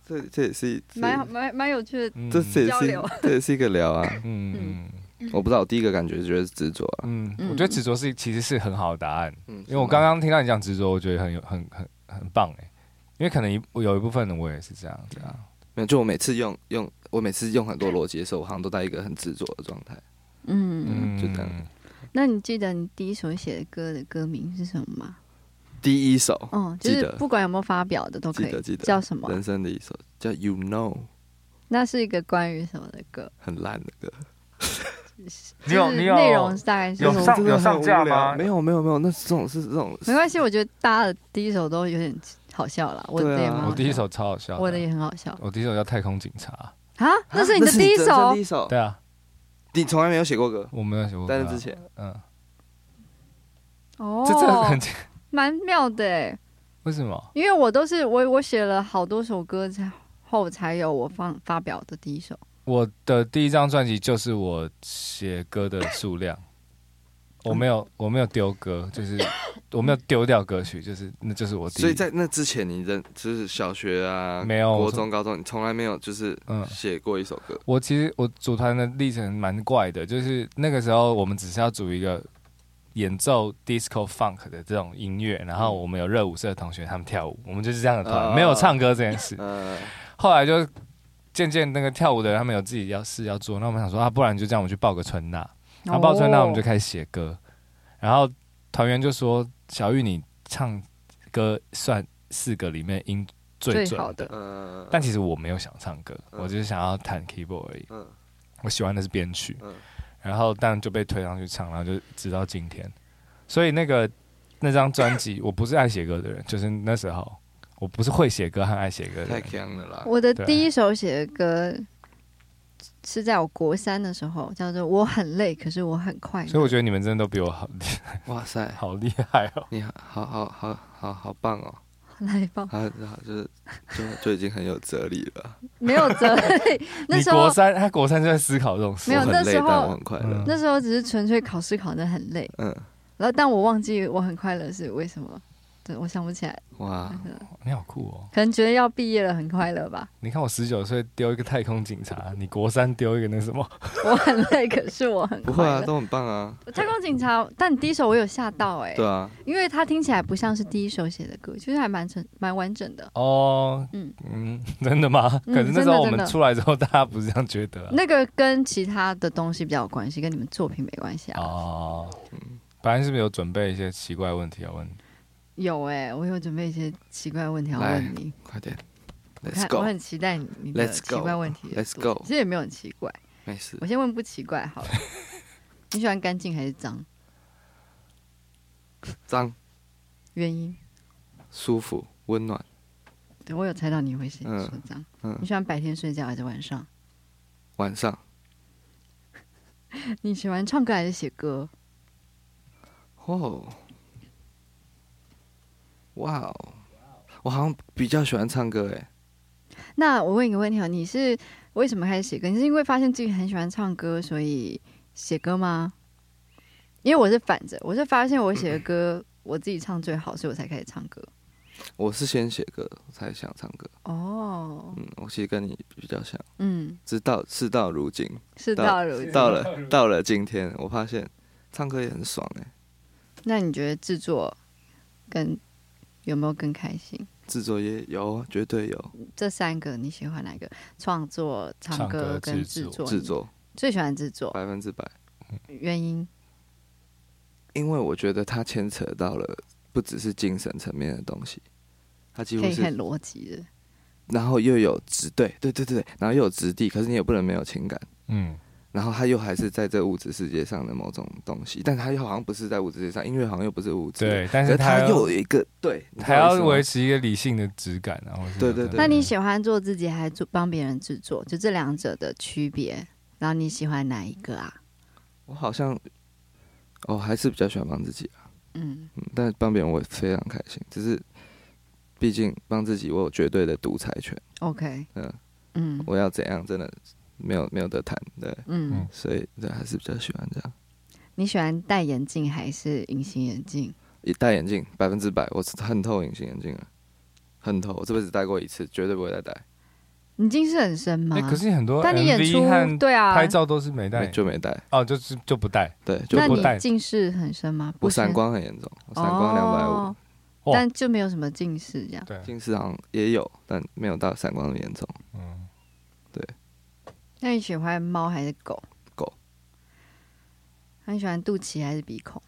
S4: 这这这也是一
S2: 蛮好蛮蛮有趣的。
S1: 嗯
S4: 这这也
S2: 交
S4: 是
S2: 流
S4: 这也是一个聊啊。
S1: 嗯
S4: 我不知道，我第一个感觉觉得是执着啊。
S1: 嗯嗯，
S2: 嗯
S1: 我觉得执着是其实是很好的答案，
S4: 嗯，
S1: 因为我刚刚听到你讲执着，我觉得很有很很很棒哎、因为可能一有一部分的我也是这样子啊，
S4: 没有，就我每次用用我每次用很多逻辑的时候，我好像都在一个很执着的状态。
S2: 嗯，
S1: 嗯，
S4: 就这样
S2: 那你记得你第一首写的歌的歌名是什么吗？
S4: 第一首
S2: 嗯，就
S4: 记
S2: 是
S4: 得
S2: 不管有没有发表的都可
S4: 记
S2: 以
S4: 得记。得
S2: 叫什么？
S4: 人生的一首叫《You Know》，
S2: 那是一个关于什么的歌？
S4: 很烂的歌。
S1: 你有
S2: 就是
S1: 你有
S2: 内容大概是
S1: 有
S2: 什么
S1: 上
S4: 真的很
S1: 上架
S4: 无聊
S1: 吗
S4: 没有没有没有，那这种是这种
S2: 没关系，我觉得大家的第一首都有点好笑啦，我的
S4: 对
S2: 也
S4: 啊
S2: 蛮好
S1: 我第一
S2: 笑
S1: 首超好笑的，啊
S2: 我的也很好笑
S1: 我第一首叫《太空警察
S2: 啊，那是你的
S4: 啊
S2: 第一
S4: 真正
S2: 首哦
S4: 第一首，》。
S1: 对啊，
S4: 你从来没有写过歌，
S1: 我没有写过歌啊。
S4: 但是之前
S1: 嗯，
S2: 哦，
S1: 这这很
S2: 蛮妙的哎，
S1: 为什么？
S2: 因为我都是我我写了好多首歌才后才有我放发表的第一首，
S1: 我的第一张专辑就是我写歌的数 量，我没有我没有丢歌，就是我没有丢掉歌曲，就是那就是我第一。
S4: 所以在那之前你认就是小学啊，
S1: 没有
S4: 国中、高中，你从来没有就是
S1: 嗯
S4: 写过一首歌，
S1: 我其实我组团的历程蛮怪的，就是那个时候我们只是要组一个演奏 disco funk 的这种音乐，然后我们有热舞社的同学他们跳舞，我们就是这样的团，
S4: 嗯啊
S1: 没有唱歌这件事。
S4: 呃，
S1: 后来就渐渐那个跳舞的人他们有自己要事要做，那我们想说啊，不然就这样，我们去报个春娜。然后报春娜我们就
S2: 哦
S1: 开始写歌，然后团员就说：“小玉，你唱歌算四个里面音最
S2: 最
S1: 准
S2: 好的，
S4: 嗯，
S1: 但其实我没有想唱歌，
S4: 嗯
S1: 我就是想要弹 keyboard 而已。
S4: 嗯
S1: 我喜欢的是编曲，
S4: 嗯
S1: 然后但就被推上去唱，然后就直到今天。所以那个那张专辑，我不是爱写歌的人，就是那时候我不是会写歌和爱写歌的
S4: 太
S1: 人。
S4: 强了啦，
S2: 我的
S1: 对
S2: 第一首写的歌是在我国三的时候，叫做《我很累，可是我很快乐》。
S1: 所以我觉得你们真的都比我好
S4: 哇塞，
S1: 好厉害哦。
S4: 你好好好好好好棒哦，
S2: 得来吧，
S4: 啊，然后就是就就已经很有哲理了，
S2: 没有责任。 那
S1: 你
S2: 时
S1: 国
S2: 候
S1: 三，他国三就在思考这种事
S2: 没。有
S4: 我很
S2: 那
S4: 累，
S2: 时候
S4: 但我很快乐，
S2: 那时候只是纯粹考试考得很累，
S4: 嗯，
S2: 然后但我忘记我很快乐是为什么，对，我想不起来，
S4: 哇，
S1: 你好酷哦！
S2: 可能觉得要毕业了很快乐吧。
S1: 你看我十九岁丢一个太空警察，你国三丢一个那什么？
S2: 我很累，可是我很
S4: 不会
S2: 快
S4: 啊，
S2: 乐。
S4: 都很棒啊，
S2: 太空警察，但你第一首我有吓到哎、
S4: 对啊，
S2: 因为它听起来不像是第一首写的歌，就是还蛮成蛮完整的。
S1: 哦，
S2: 嗯
S1: 嗯，真的吗？
S2: 嗯
S1: 可是那时候我
S2: 真的真
S1: 们
S2: 的
S1: 出来之后，大家不是这样觉得啊、
S2: 那个跟其他的东西比较有关系，跟你们作品没关系啊。
S1: 哦，本来是不是有准备一些奇怪的问题要问你？
S2: 有哎、我有准备一些奇怪的问题要问你，
S4: 快点
S2: 我看
S4: ，Let's
S2: 我
S4: go，
S2: 很期待你你的
S4: Let's
S2: 奇
S4: go
S2: 怪问题的
S4: Let's
S2: 多
S4: go
S2: 其实也没有很奇怪，
S4: 没事
S2: 我，先问不奇怪 好了。你喜欢干净还是脏？
S4: 脏、
S2: 原因？
S4: 舒服、温暖，
S2: 对我有猜到你会先
S4: 嗯
S2: 说脏。
S4: 嗯
S2: 你，喜欢白天睡觉还是晚上？
S4: 晚上
S2: 你喜欢唱歌还是写歌？
S4: 哦，哇哦，我好像比较喜欢唱歌诶，
S2: 那我问一个问题啊，你是为什么开始写歌？你是因为发现自己很喜欢唱歌，所以写歌吗？因为我是反着，我是发现我写的歌我自己唱最好，所以我才开始唱歌。
S4: 我是先写歌才想唱歌，
S2: 哦，
S4: 嗯，我其实跟你比较像，
S2: 嗯，
S4: 直到事到如今，
S2: 是
S4: 到
S2: 到如今。
S4: 到了到了今天，我发现唱歌也很爽诶，
S2: 那你觉得制作跟有没有更开心？
S4: 制作也有，绝对有
S2: 这三个你喜欢哪一个？创作、唱
S1: 唱歌
S2: 歌跟
S1: 制
S2: 制
S1: 作
S2: 作，
S4: 制作哎
S2: 最喜欢制作，
S4: 百分之百，
S2: 原因
S4: 因为我觉得它牵扯到了不只是精神层面的东西，它几
S2: 可
S4: 乎
S2: 以
S4: 是
S2: 很逻辑的。
S4: 然后又有质对对对对，然后又有质地，可是你也不能没有情感，
S1: 嗯，
S4: 然后它又还是在这物质世界上的某种东西，但它又好像不是在物质世界上，音乐好像又不是物质，，
S1: 对，但
S4: 可
S1: 是
S4: 是
S1: 他
S4: 它又有一个对，你
S1: 还要
S4: 懂我意
S1: 维
S4: 思
S1: 持一个理性的质感啊。或是
S4: 对对对
S2: 那你喜欢做自己还是做帮别人制作？就这两者的区别，然后你喜欢哪一个啊？
S4: 吗我好像哦还是比较喜欢帮自己、啊，
S2: 嗯，
S4: 嗯，但帮别人我也非常开心，只是毕竟帮自己我有绝对的独裁权，
S2: OK，
S4: 嗯，
S2: 嗯
S4: 我要怎样真的没有没有得谈，对，
S2: 嗯
S1: 嗯，
S4: 所以对还是比较喜欢这样。
S2: 你喜欢戴眼镜还是隐形眼镜？
S4: 一戴眼镜，百分之百，我是恨透隐形眼镜了，恨透。我这辈子戴过一次，绝对不会再戴，
S2: 你近视很深吗？
S1: 哎可是你很多
S2: 但你演
S1: MV
S2: 出
S1: 和
S2: 对啊，
S1: 拍照都是没
S4: 没
S1: 带，
S4: 就没戴。
S1: 哦，就是就不带。
S4: 对，就
S2: 那
S4: 不
S1: 戴
S2: 你近视很深吗？不
S4: 我
S2: 深
S4: 散光很严重，我散光两百
S2: 哦
S4: 五，
S1: 哇
S2: 但就没有什么近视这样。
S1: 对，
S4: 近视好像也有，但没有到散光那么严重。
S1: 嗯，
S2: 那你喜欢猫还是狗？
S4: 狗。
S2: 那你喜欢肚脐还是鼻孔？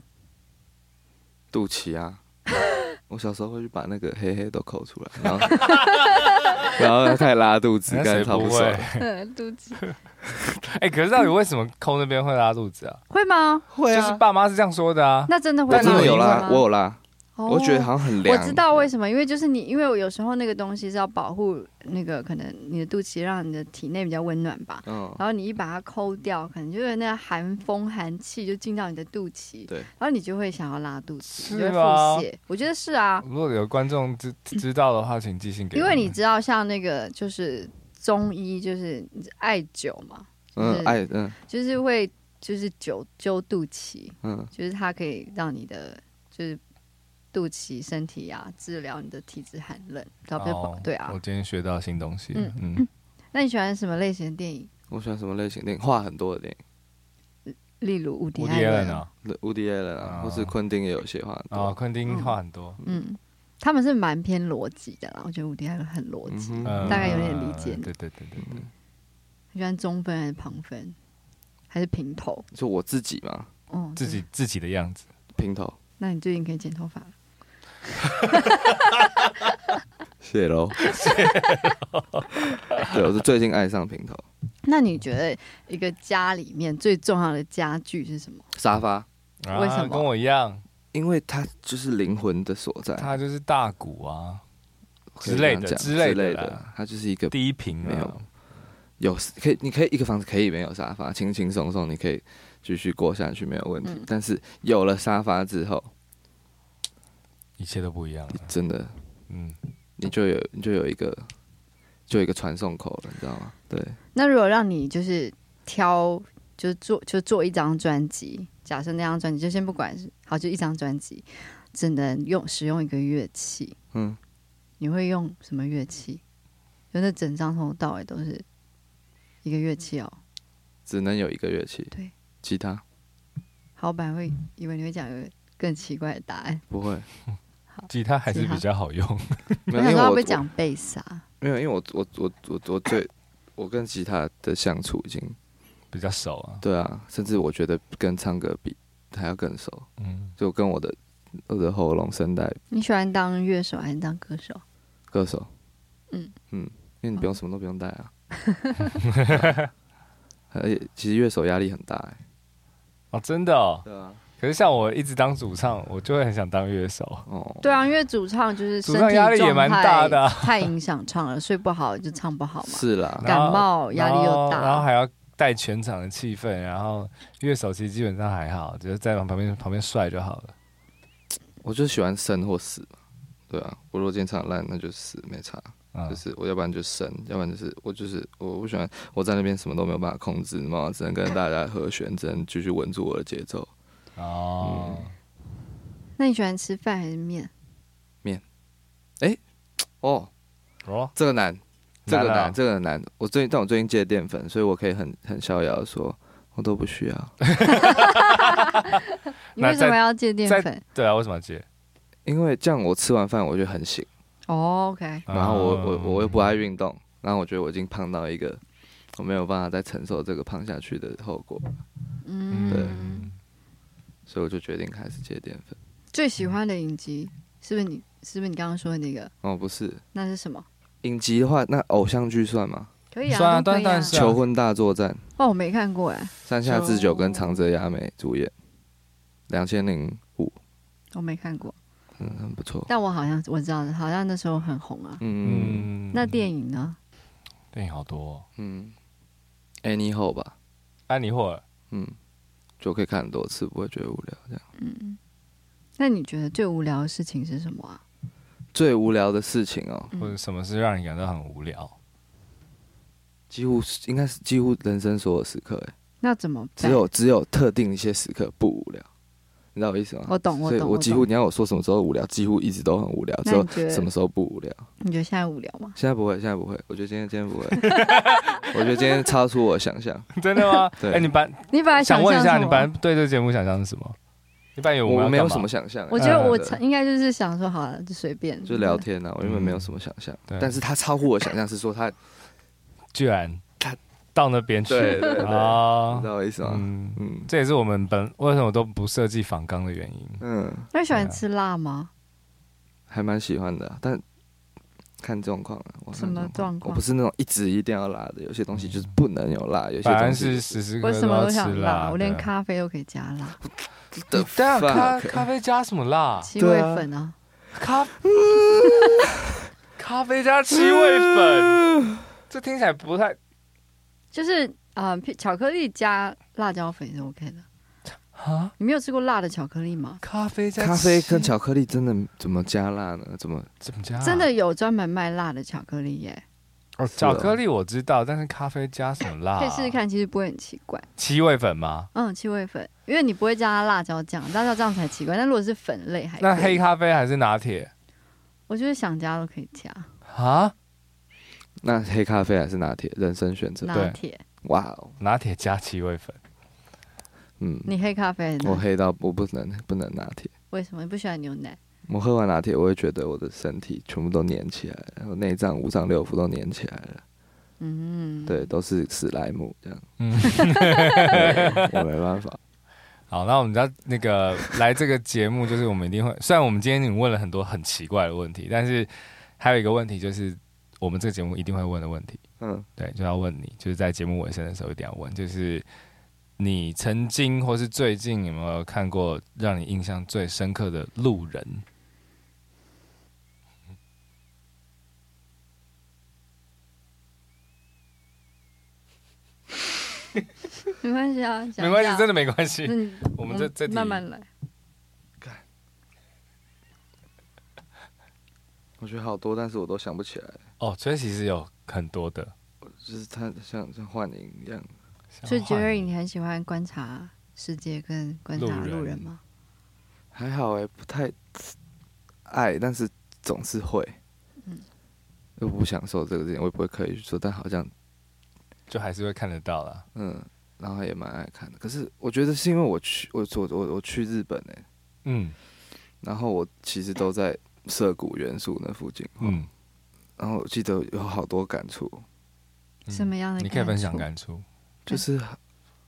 S4: 肚脐啊，我小时候会去把那个黑黑都抠出来，然后 然后开始拉肚子，
S1: 那
S4: 干
S1: 谁
S4: 得超
S1: 不
S4: 爽
S1: 会
S4: 的。？
S2: 呃肚子
S1: 哎、可是到底为什么抠那边会拉肚子啊？
S2: 会吗？
S4: 会
S1: 就是爸妈是这样说的啊。
S2: 那真的会
S4: 我
S1: 但
S2: 吗？
S4: 真的有拉
S2: 吗，
S4: 我有拉，
S2: 哦
S4: 我觉得好像很
S2: 我
S4: 凉。
S2: 知道为什么，因为就是你，因为我有时候那个东西是要保护那个可能你的肚脐，让你的体内比较温暖吧。
S4: 嗯，
S2: 然后你一把它抠掉，可能就是那寒风寒气就进到你的肚脐，
S4: 对，
S2: 然后你就会想要拉肚子，
S1: 是
S2: 你就会
S1: 吗
S2: 腹泻。我觉得是啊，
S1: 如果有观众知知道的话，请寄
S4: 嗯
S1: 信给
S2: 因
S1: 我
S2: 为
S1: 们。
S2: 你知道像那个就是中医就是艾灸嘛，
S4: 嗯
S2: 就是，
S4: 哎，嗯
S2: 就是会就是灸灸肚脐，
S4: 嗯，
S2: 就是它可以让你的就是肚脐身体啊治疗你的体质寒冷，然后比较保对啊
S1: 哦我。今天学到新东西。
S2: 嗯
S1: 嗯
S2: 那你喜欢什么类型的电影？
S4: 我喜欢什么类型电影？话很多的电影
S2: 例如无敌
S1: 无敌
S2: 艾
S1: 人
S2: 伦，
S1: 啊，
S4: 那，Woody Allen
S1: 啊
S4: 啊，哦或是昆汀也有些话
S1: 啊，
S4: 很多。
S1: 昆汀话很多，
S2: 嗯，他们是蛮偏逻辑的啦。我觉得无敌艾伦很逻辑。
S1: 嗯
S4: 嗯哼，
S2: 大概有点理解嗯
S1: 对对对对对，
S2: 你喜欢中分还是旁分，还是平头？
S4: 就我自己嘛，
S2: 哦，
S1: 自己
S2: 对。
S1: 自己的样子。
S4: 平头，
S2: 那你最近可以剪头发了。
S4: 谢喽。 对，我是最近爱上平头
S2: 那你觉得一个家里面最重要的家具是什么？
S4: 沙发，
S1: 啊
S2: 为什么
S1: 跟我一样，
S4: 因为它就是灵魂的所在，
S1: 他就是大鼓啊，
S4: 可以
S1: 之类的
S4: 这样讲
S1: 之
S4: 之
S1: 类的
S4: 类
S1: 啦
S4: 的，它就是一个
S1: 低频
S4: 没
S1: 啊
S4: 有。有可以，你可以一个房子可以没有沙发，轻轻松松你可以继续过下去没有问题。
S2: 嗯
S4: 但是有了沙发之后，
S1: 一切都不一样
S4: 你
S1: 了。
S4: 真的
S1: 嗯，
S4: 你就有你就有一个就有一个传送口了，你知道吗？对，
S2: 那如果让你就是挑，就是做就做一张专辑，假设那张专辑就先不管是好，就一张专辑，只能用使用一个乐器，
S4: 嗯，
S2: 你会用什么乐器？就那整张从头到尾都是一个乐器哦。
S4: 只能有一个乐器，
S2: 对，
S4: 吉他
S2: 好，我本来会以为你会讲一个更奇怪的答案，
S4: 不 会，
S1: 吉他还是
S2: 吉他
S1: 比较好用。
S4: 没
S2: 我
S4: 有，
S2: 想
S4: 因
S2: 说
S4: 为
S2: 会不
S4: 我
S2: 会
S4: 我
S2: 讲贝斯啊？
S4: 没有，因为我我我我我最我跟吉他的相处已经
S1: 比较熟啊。
S4: 对啊，甚至我觉得跟唱歌比还要更熟，
S1: 嗯，
S4: 就跟我的我的喉咙声带
S2: 你喜欢当乐手还是当歌手？
S4: 歌手，
S2: 嗯
S4: 嗯，因为你不用什么都不用带啊， 而且其实乐手压力很大、欸，
S1: 哦，真的哦。
S4: 对啊，
S1: 可是像我一直当主唱，我就会很想当乐手。
S4: 哦，
S2: 对啊，因为主唱就是身
S1: 主唱
S2: 体
S1: 压力也蛮大的啊
S2: 状态太影响唱了，睡不好就唱不好嘛。
S4: 是啦，
S2: 感冒压力
S1: 然
S2: 又
S1: 后然后
S2: 大，
S1: 还要带全场的气氛，然后乐手其实基本上还好，只是在旁边旁边帅就好了。
S4: 我就喜欢生或死嘛，对啊，我如果今天唱得烂，那就死没差，
S1: 嗯
S4: 就，是我要不然就生，要不然就是我就是我不喜欢我在那边什么都没有办法控制嘛，只能跟大家和弦，只能继续稳住我的节奏，
S1: 哦，
S2: 那你喜欢吃饭还是面？
S4: 哦，
S1: 哦，
S4: 这个难，这个
S1: 难啊
S4: 难，这个难，我最近但我最近戒淀粉，所以我可以很很逍遥地说，我都不需要。
S2: 你
S1: 那
S2: 为什么
S1: 在
S2: 要戒淀
S1: 在
S2: 粉？
S1: 对啊，为什么要戒？
S4: 因为这样我吃完饭我就很醒，
S2: 哦，OK，
S4: 然后我我
S1: 嗯
S4: 我又不爱运动，然后我觉得我已经胖到一个我没有办法再承受这个胖下去的后果，
S2: 嗯，
S1: 嗯，
S4: 所以我就决定开始戒淀粉。
S2: 最喜欢的影集是不是你？是不是你刚刚说的那个？
S4: 哦，不是
S2: 那是什么？
S4: 影集的话，那偶像剧算吗？
S2: 可以啊，
S1: 算啊
S2: 都可以
S1: 当
S2: 啊
S1: 然。是啊
S4: 求婚大作战，
S2: 哦，我没看过哎，
S4: 山下智久跟长泽雅美主演，两千零五，
S2: 我没看过，
S4: 嗯，很不错。
S2: 但我好像我知道，好像那时候很红啊。
S4: 嗯嗯
S1: 嗯，
S2: 那电影呢？
S1: 电影好多哦，啊
S4: 嗯，Any 后吧，
S1: 安妮霍尔，
S4: 嗯，就可以看很多次，不会觉得无聊。这样
S2: 嗯那你觉得最无聊的事情是什么啊？
S4: 最无聊的事情哦，
S1: 或者什么是让你感到很无聊？
S4: 几乎是应该是几乎人生所有时刻，哎，
S2: 那怎么办？
S4: 只
S1: 啊
S4: 有只有特定一些时刻不无聊，你知道我意思吗？
S2: 我懂，我
S4: 所以
S2: 懂，
S4: 我
S2: 懂
S4: 几乎你要我说什么时候无聊，几乎一直都很无聊，
S2: 那
S4: 只有
S2: 你觉得
S4: 什么时候不无聊？
S2: 你觉得现在无聊吗？
S4: 现在不会，现在不会，我觉得今天今天不会， 我觉得今天超出我 想象。
S1: 真的吗？
S4: 对
S1: 哎，你本
S2: 你本来
S1: 想
S2: 象啊
S1: 问一下，
S2: 什
S1: 你
S2: 么
S1: 本来对这个节目想象是什么？你本来有
S4: 我没有什么
S1: 想，
S4: 想象，啊
S2: 我觉
S1: 呃
S2: 得我
S4: 真的
S2: 应该就是想说好了，就随便
S4: 就聊。天啊，我原本没有什么想象，
S1: 嗯对
S4: 但是他超乎我想象，是说他，
S1: 居然
S4: 看
S1: 到那边去
S4: 对对对你
S1: 啊
S4: 知！道我意思吗？
S1: 嗯，
S4: 嗯
S1: 这也是我们本为什么都不设计仿纲的原因。
S4: 嗯，
S2: 那你喜欢吃辣吗？
S4: 还蛮喜欢的啊、但看状况啊。我看
S2: 什么状况
S4: 我不是那种一直一定要辣的，有些东西就是不能有辣，有些
S1: 嗯反
S4: 东
S1: 正
S4: 西
S1: 是时时刻
S2: 我
S1: 刻都
S2: 什么
S1: 要
S2: 都
S1: 吃
S2: 想
S1: 辣啊
S2: 辣，
S1: 的，
S2: 我连咖啡都可以加辣，
S1: 你
S4: 的
S1: 当然咖
S4: fuck
S1: 咖啡加什么 辣？
S2: 七
S4: 对
S2: 味
S4: 啊
S2: 粉啊，
S1: 咖咖啡加七味粉， 这听起来不太
S2: 就是啊、呃巧克力加辣椒粉是 OK 的。
S1: 啊。
S2: 你没有吃过辣的巧克力吗？
S1: 咖啡加
S4: 咖啡跟
S1: 七
S4: 巧克力真的怎么加辣呢？怎么
S1: 怎么加啊？
S2: 真的有专门卖辣的巧克力耶，
S1: 哦，
S4: 啊
S1: 巧克力我知道，但是咖啡加什么辣？
S2: 可以试试。看，其实不会很奇怪。
S1: 七味粉吗？
S2: 嗯，七味粉，因为你不会加它辣椒酱，辣椒酱才奇怪。但如果是粉类还可以
S1: 那黑，咖啡还是拿铁
S2: 我觉得想加都可以加。
S1: 啊？
S4: 那黑咖啡还是拿铁？人生选择。
S2: 拿铁，
S4: 哇哦，
S1: 拿铁加七味粉，
S4: 嗯，
S2: 你黑咖啡还是拿
S4: 我黑到我不能不能拿铁。
S2: 为什么你不喜欢牛奶？
S4: 我喝完拿铁，我会觉得我的身体全部都粘起来了，我内脏、五脏六腑都粘起来了，
S2: 嗯，
S4: 对，，都是史莱姆这样。
S1: 嗯，
S4: 对 我没办法，
S1: 好，那我们知道那个来这个节目，就是我们一定会。虽然我们今天你问了很多很奇怪的问题，但是还有一个问题就是我们这个节目一定会问的问题，
S4: 嗯，
S1: 对，就要问你，就是在节目尾声的时候一定要问，就是你曾经或是最近有没有看过让你印象最深刻的路人？
S2: 没关系啊，
S1: 没关系，真
S2: 的。
S1: 的没关系。
S2: 嗯，
S1: 我们这这题
S2: 慢慢来。
S4: 我觉得好多，但是我都想不起来，
S1: 哦，所以其实有很多的，
S4: 就是它像像幻影一样，
S2: 所以
S1: 像
S2: Jerry，你很喜欢观察世界跟观察
S1: 路人嗯
S2: 路人吗？
S4: 还好哎、不太爱，但是总是会。
S2: 嗯
S4: 我不享受这个事情，我也不会刻意去做，但好像
S1: 就还是会看得到啦。
S4: 嗯，然后也蛮爱看的。可是我觉得是因为我去我我我我去日本哎、
S1: 嗯
S4: 然后我其实都在涩谷元素那附近，
S1: 嗯，
S4: 然后我记得有好多感触，
S1: 嗯
S2: 什么样的？
S1: 你可以分享。感触。
S4: 就是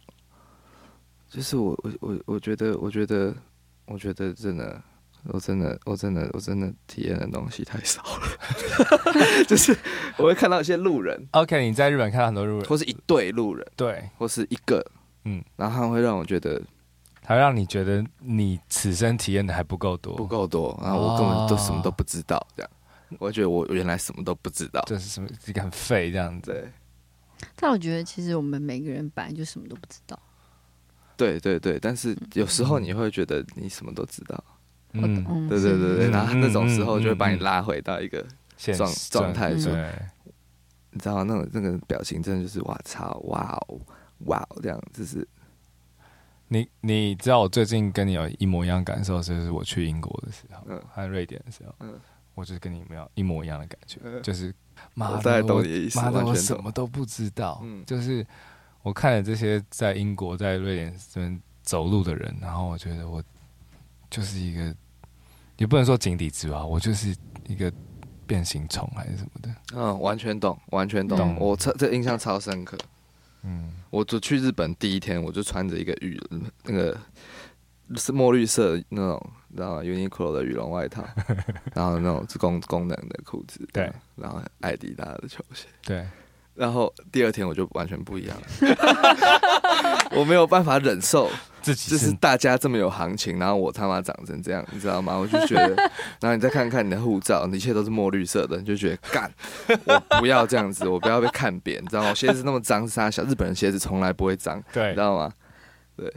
S4: 就是我我我我觉得我觉得我觉得真的。我真的，我真的，我真的体验的东西太少了， 就是我会看到一些路人，
S1: OK，你在日本看到很多路人，
S4: 或是一对路人，
S1: 对，
S4: 或是一个，
S1: 嗯，
S4: 然后他们会让我觉得
S1: 它让你觉得你此生体验的还不够多，
S4: 不，够多，然后我根本都
S1: 哦
S4: 什么都不知道，这样，我觉得我原来什么都不知道，
S1: 就是什么一个很废这样子。
S4: 对，
S2: 但我觉得其实我们每个人本来就什么都不知道。
S4: 对对对，但是有时候你会觉得你什么都知道，
S2: 我懂
S1: 嗯，
S2: 嗯
S4: 对对对对，
S1: 嗯
S4: 然后那种时候就会把你
S1: 嗯嗯嗯
S4: 拉回到一个，
S1: 现
S4: 状
S1: 实
S4: 状态
S2: 说
S1: 对，
S4: 你知道吗？那种那个表情真的就是哇操哇哦哇哦这样，就是
S1: 你你知道我最近跟你有一模一样感受，就是我去英国的时候，
S4: 嗯
S1: 和瑞典的时候，
S4: 嗯
S1: 我就是跟你没有一模一样的感觉，
S4: 嗯
S1: 就是妈
S4: 我大概
S1: 的
S4: 懂
S1: 我
S4: 你的意思，
S1: 妈的
S4: 完
S1: 我
S4: 全
S1: 什
S4: 懂。
S1: 么都不知道，
S4: 嗯
S1: 就是我看了这些在英国在瑞典这边走路的人，然后我觉得我就是一个，也不能说井底之蛙，我就是一个变形虫还是什么的，
S4: 嗯，完全懂，完全懂
S1: 懂。
S4: 我超这印象超深刻。
S1: 嗯，
S4: 我就去日本第一天，我就穿着一个羽那个是墨绿色的那种，你知道吗？Uniqlo 的羽绒外套，然后那种是功功能的裤子，
S1: 对，
S4: 然后艾迪达的球鞋。
S1: 对，
S4: 然后第二天我就完全不一样了， 我没有办法忍受，
S1: 自己
S4: 就是大家这么有行情，然后我他妈长成这样，你知道吗？我就觉得， 然后你再看看你的护照，一切都是墨绿色的，你就觉得干，我不要这样子，我不要被看扁，你知道吗？我鞋子那么脏，是啥小日本人鞋子从来不会脏，你
S1: 对
S4: 知，道吗？对，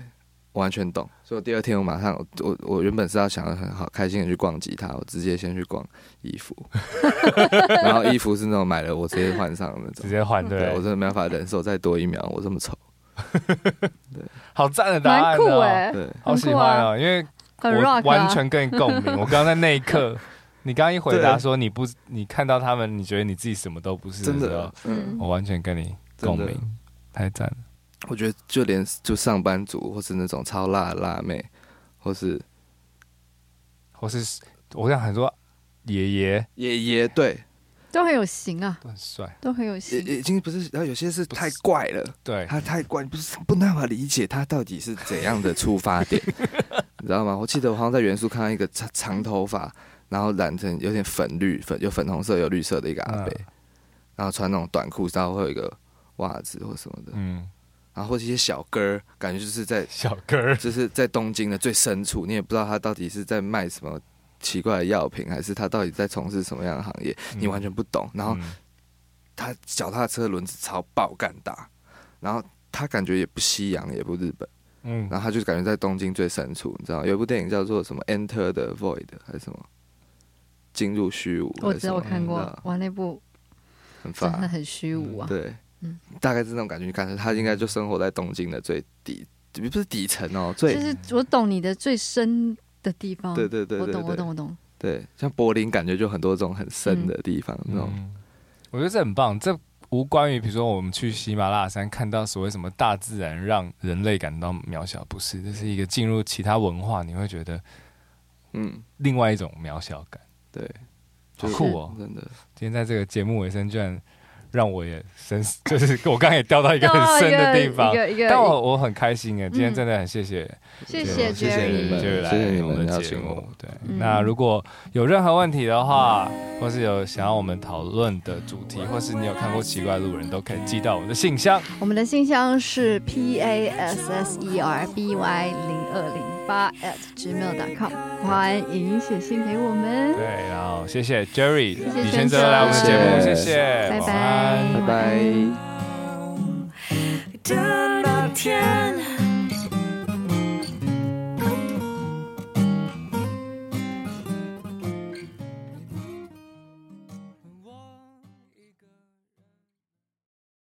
S4: 我完全懂。所以我第二天我马上，我我我原本是要想的很好，开心的去逛吉他，我直接先去逛衣服， 然后衣服是那种买了我直接换上的那
S1: 直
S4: 种。
S1: 接换
S4: 对
S1: 对
S4: 我，真的没办法忍受再多一秒，我这么 丑。
S1: 好赞的答
S2: 蛮
S1: 案
S2: 酷
S1: 哦，
S2: 哎，
S4: 对，
S1: 好喜欢哦，因为
S2: 很
S1: 我
S2: rock
S1: 完
S2: 啊。
S1: 全跟你共鸣。我刚刚在那一 刻，你刚刚一回答说你不，你看到他们，你觉得你自己什么都不是
S4: 真
S1: 的时
S4: 的
S1: 候，，
S4: 嗯，
S1: 我完全跟你共鸣，太赞了。
S4: 我觉得就连就上班族，或是那种超辣的辣妹，或是
S1: 或是我想很多爷爷
S4: 也也对，
S2: 都很有型啊，
S1: 都很帅，
S2: 都很有
S4: 也
S2: 型。
S4: 也已经不是，然后有些是太怪了，
S1: 对，
S4: 他太怪，不是不能办法理解他到底是 怎样的出发点，你知道吗？我记得我好像在元素看到一个长长头发，然后染成有点粉绿粉，有粉红色有绿色的一个阿伯，
S1: 嗯
S4: 然后穿那种短裤，然后会有一个袜子或什么的，
S1: 嗯，
S4: 然后或者一些小哥儿，感觉就是在
S1: 小哥 儿，
S4: 就是在东京的最深处，你也不知道他到底是在卖什么奇怪的药品，还是他到底在从事什么样的行业，
S2: 嗯
S4: 你完全不懂。然后
S1: 嗯
S4: 他脚踏车轮子超爆干大，然后他感觉也不西洋也不日本，
S1: 嗯，
S4: 然后他就感觉在东京最深处，你知道吗有一部电影叫做什么《Enter the Void》还是什么《进入虚无》还
S2: 我
S4: 是
S2: 知
S4: 什么，嗯
S2: 道我看
S4: 你
S2: 过
S4: 知道，
S2: 哇，那部
S4: 很
S2: 真的
S4: 烦，
S2: 很虚无啊。
S4: 对，
S2: 嗯
S4: 大概是那种感觉。你感觉他应该就生活在东京的最底，不是底层哦，最
S2: 就是我懂你的最深的地方。
S4: 对对对对
S2: 我懂，
S4: 对
S2: 我懂，我懂。
S4: 对，像柏林感觉就很多这种很深的地方，那种
S1: 嗯，我觉得这很棒，这无关于比如说我们去喜马拉雅山看到所谓什么大自然让人类感到渺小，不是，这是一个进入其他文化，你会觉得
S4: 嗯，
S1: 另外一种渺小感，
S4: 对，
S1: 好
S4: 就是
S1: 酷哦！
S4: 真的，
S1: 今天在这个节目尾声，居然让我也深， 就是我刚刚也掉到一个
S2: 到
S1: 很深的
S2: 哦一
S1: 地
S2: 个
S1: 方
S2: 一，个一个，
S1: 但我嗯我很开心哎，今天真的很谢谢。
S2: 谢
S1: 谢
S2: 谢
S4: 谢谢你们
S2: Jerry，
S1: 就是
S4: 谢谢
S1: 来
S4: 你
S1: 我
S4: 们
S1: 们的
S4: 邀
S1: 节
S4: 请
S1: 目
S4: 我。
S1: 对，
S2: 嗯
S1: 那如果有任何问题的话，或是有想要我们讨论的主题，或是你有看过《奇怪路人》，都可以寄到我们的信箱。
S2: 我们的信箱是 p a s s e r b y 零二零八 at gmail.com，欢迎写信给我们。
S1: 对，然后谢谢 Jerry
S2: 谢
S1: 李先生来我们的节目，谢谢，
S2: 拜
S1: 晚
S2: 拜
S1: 安。
S4: 拜拜。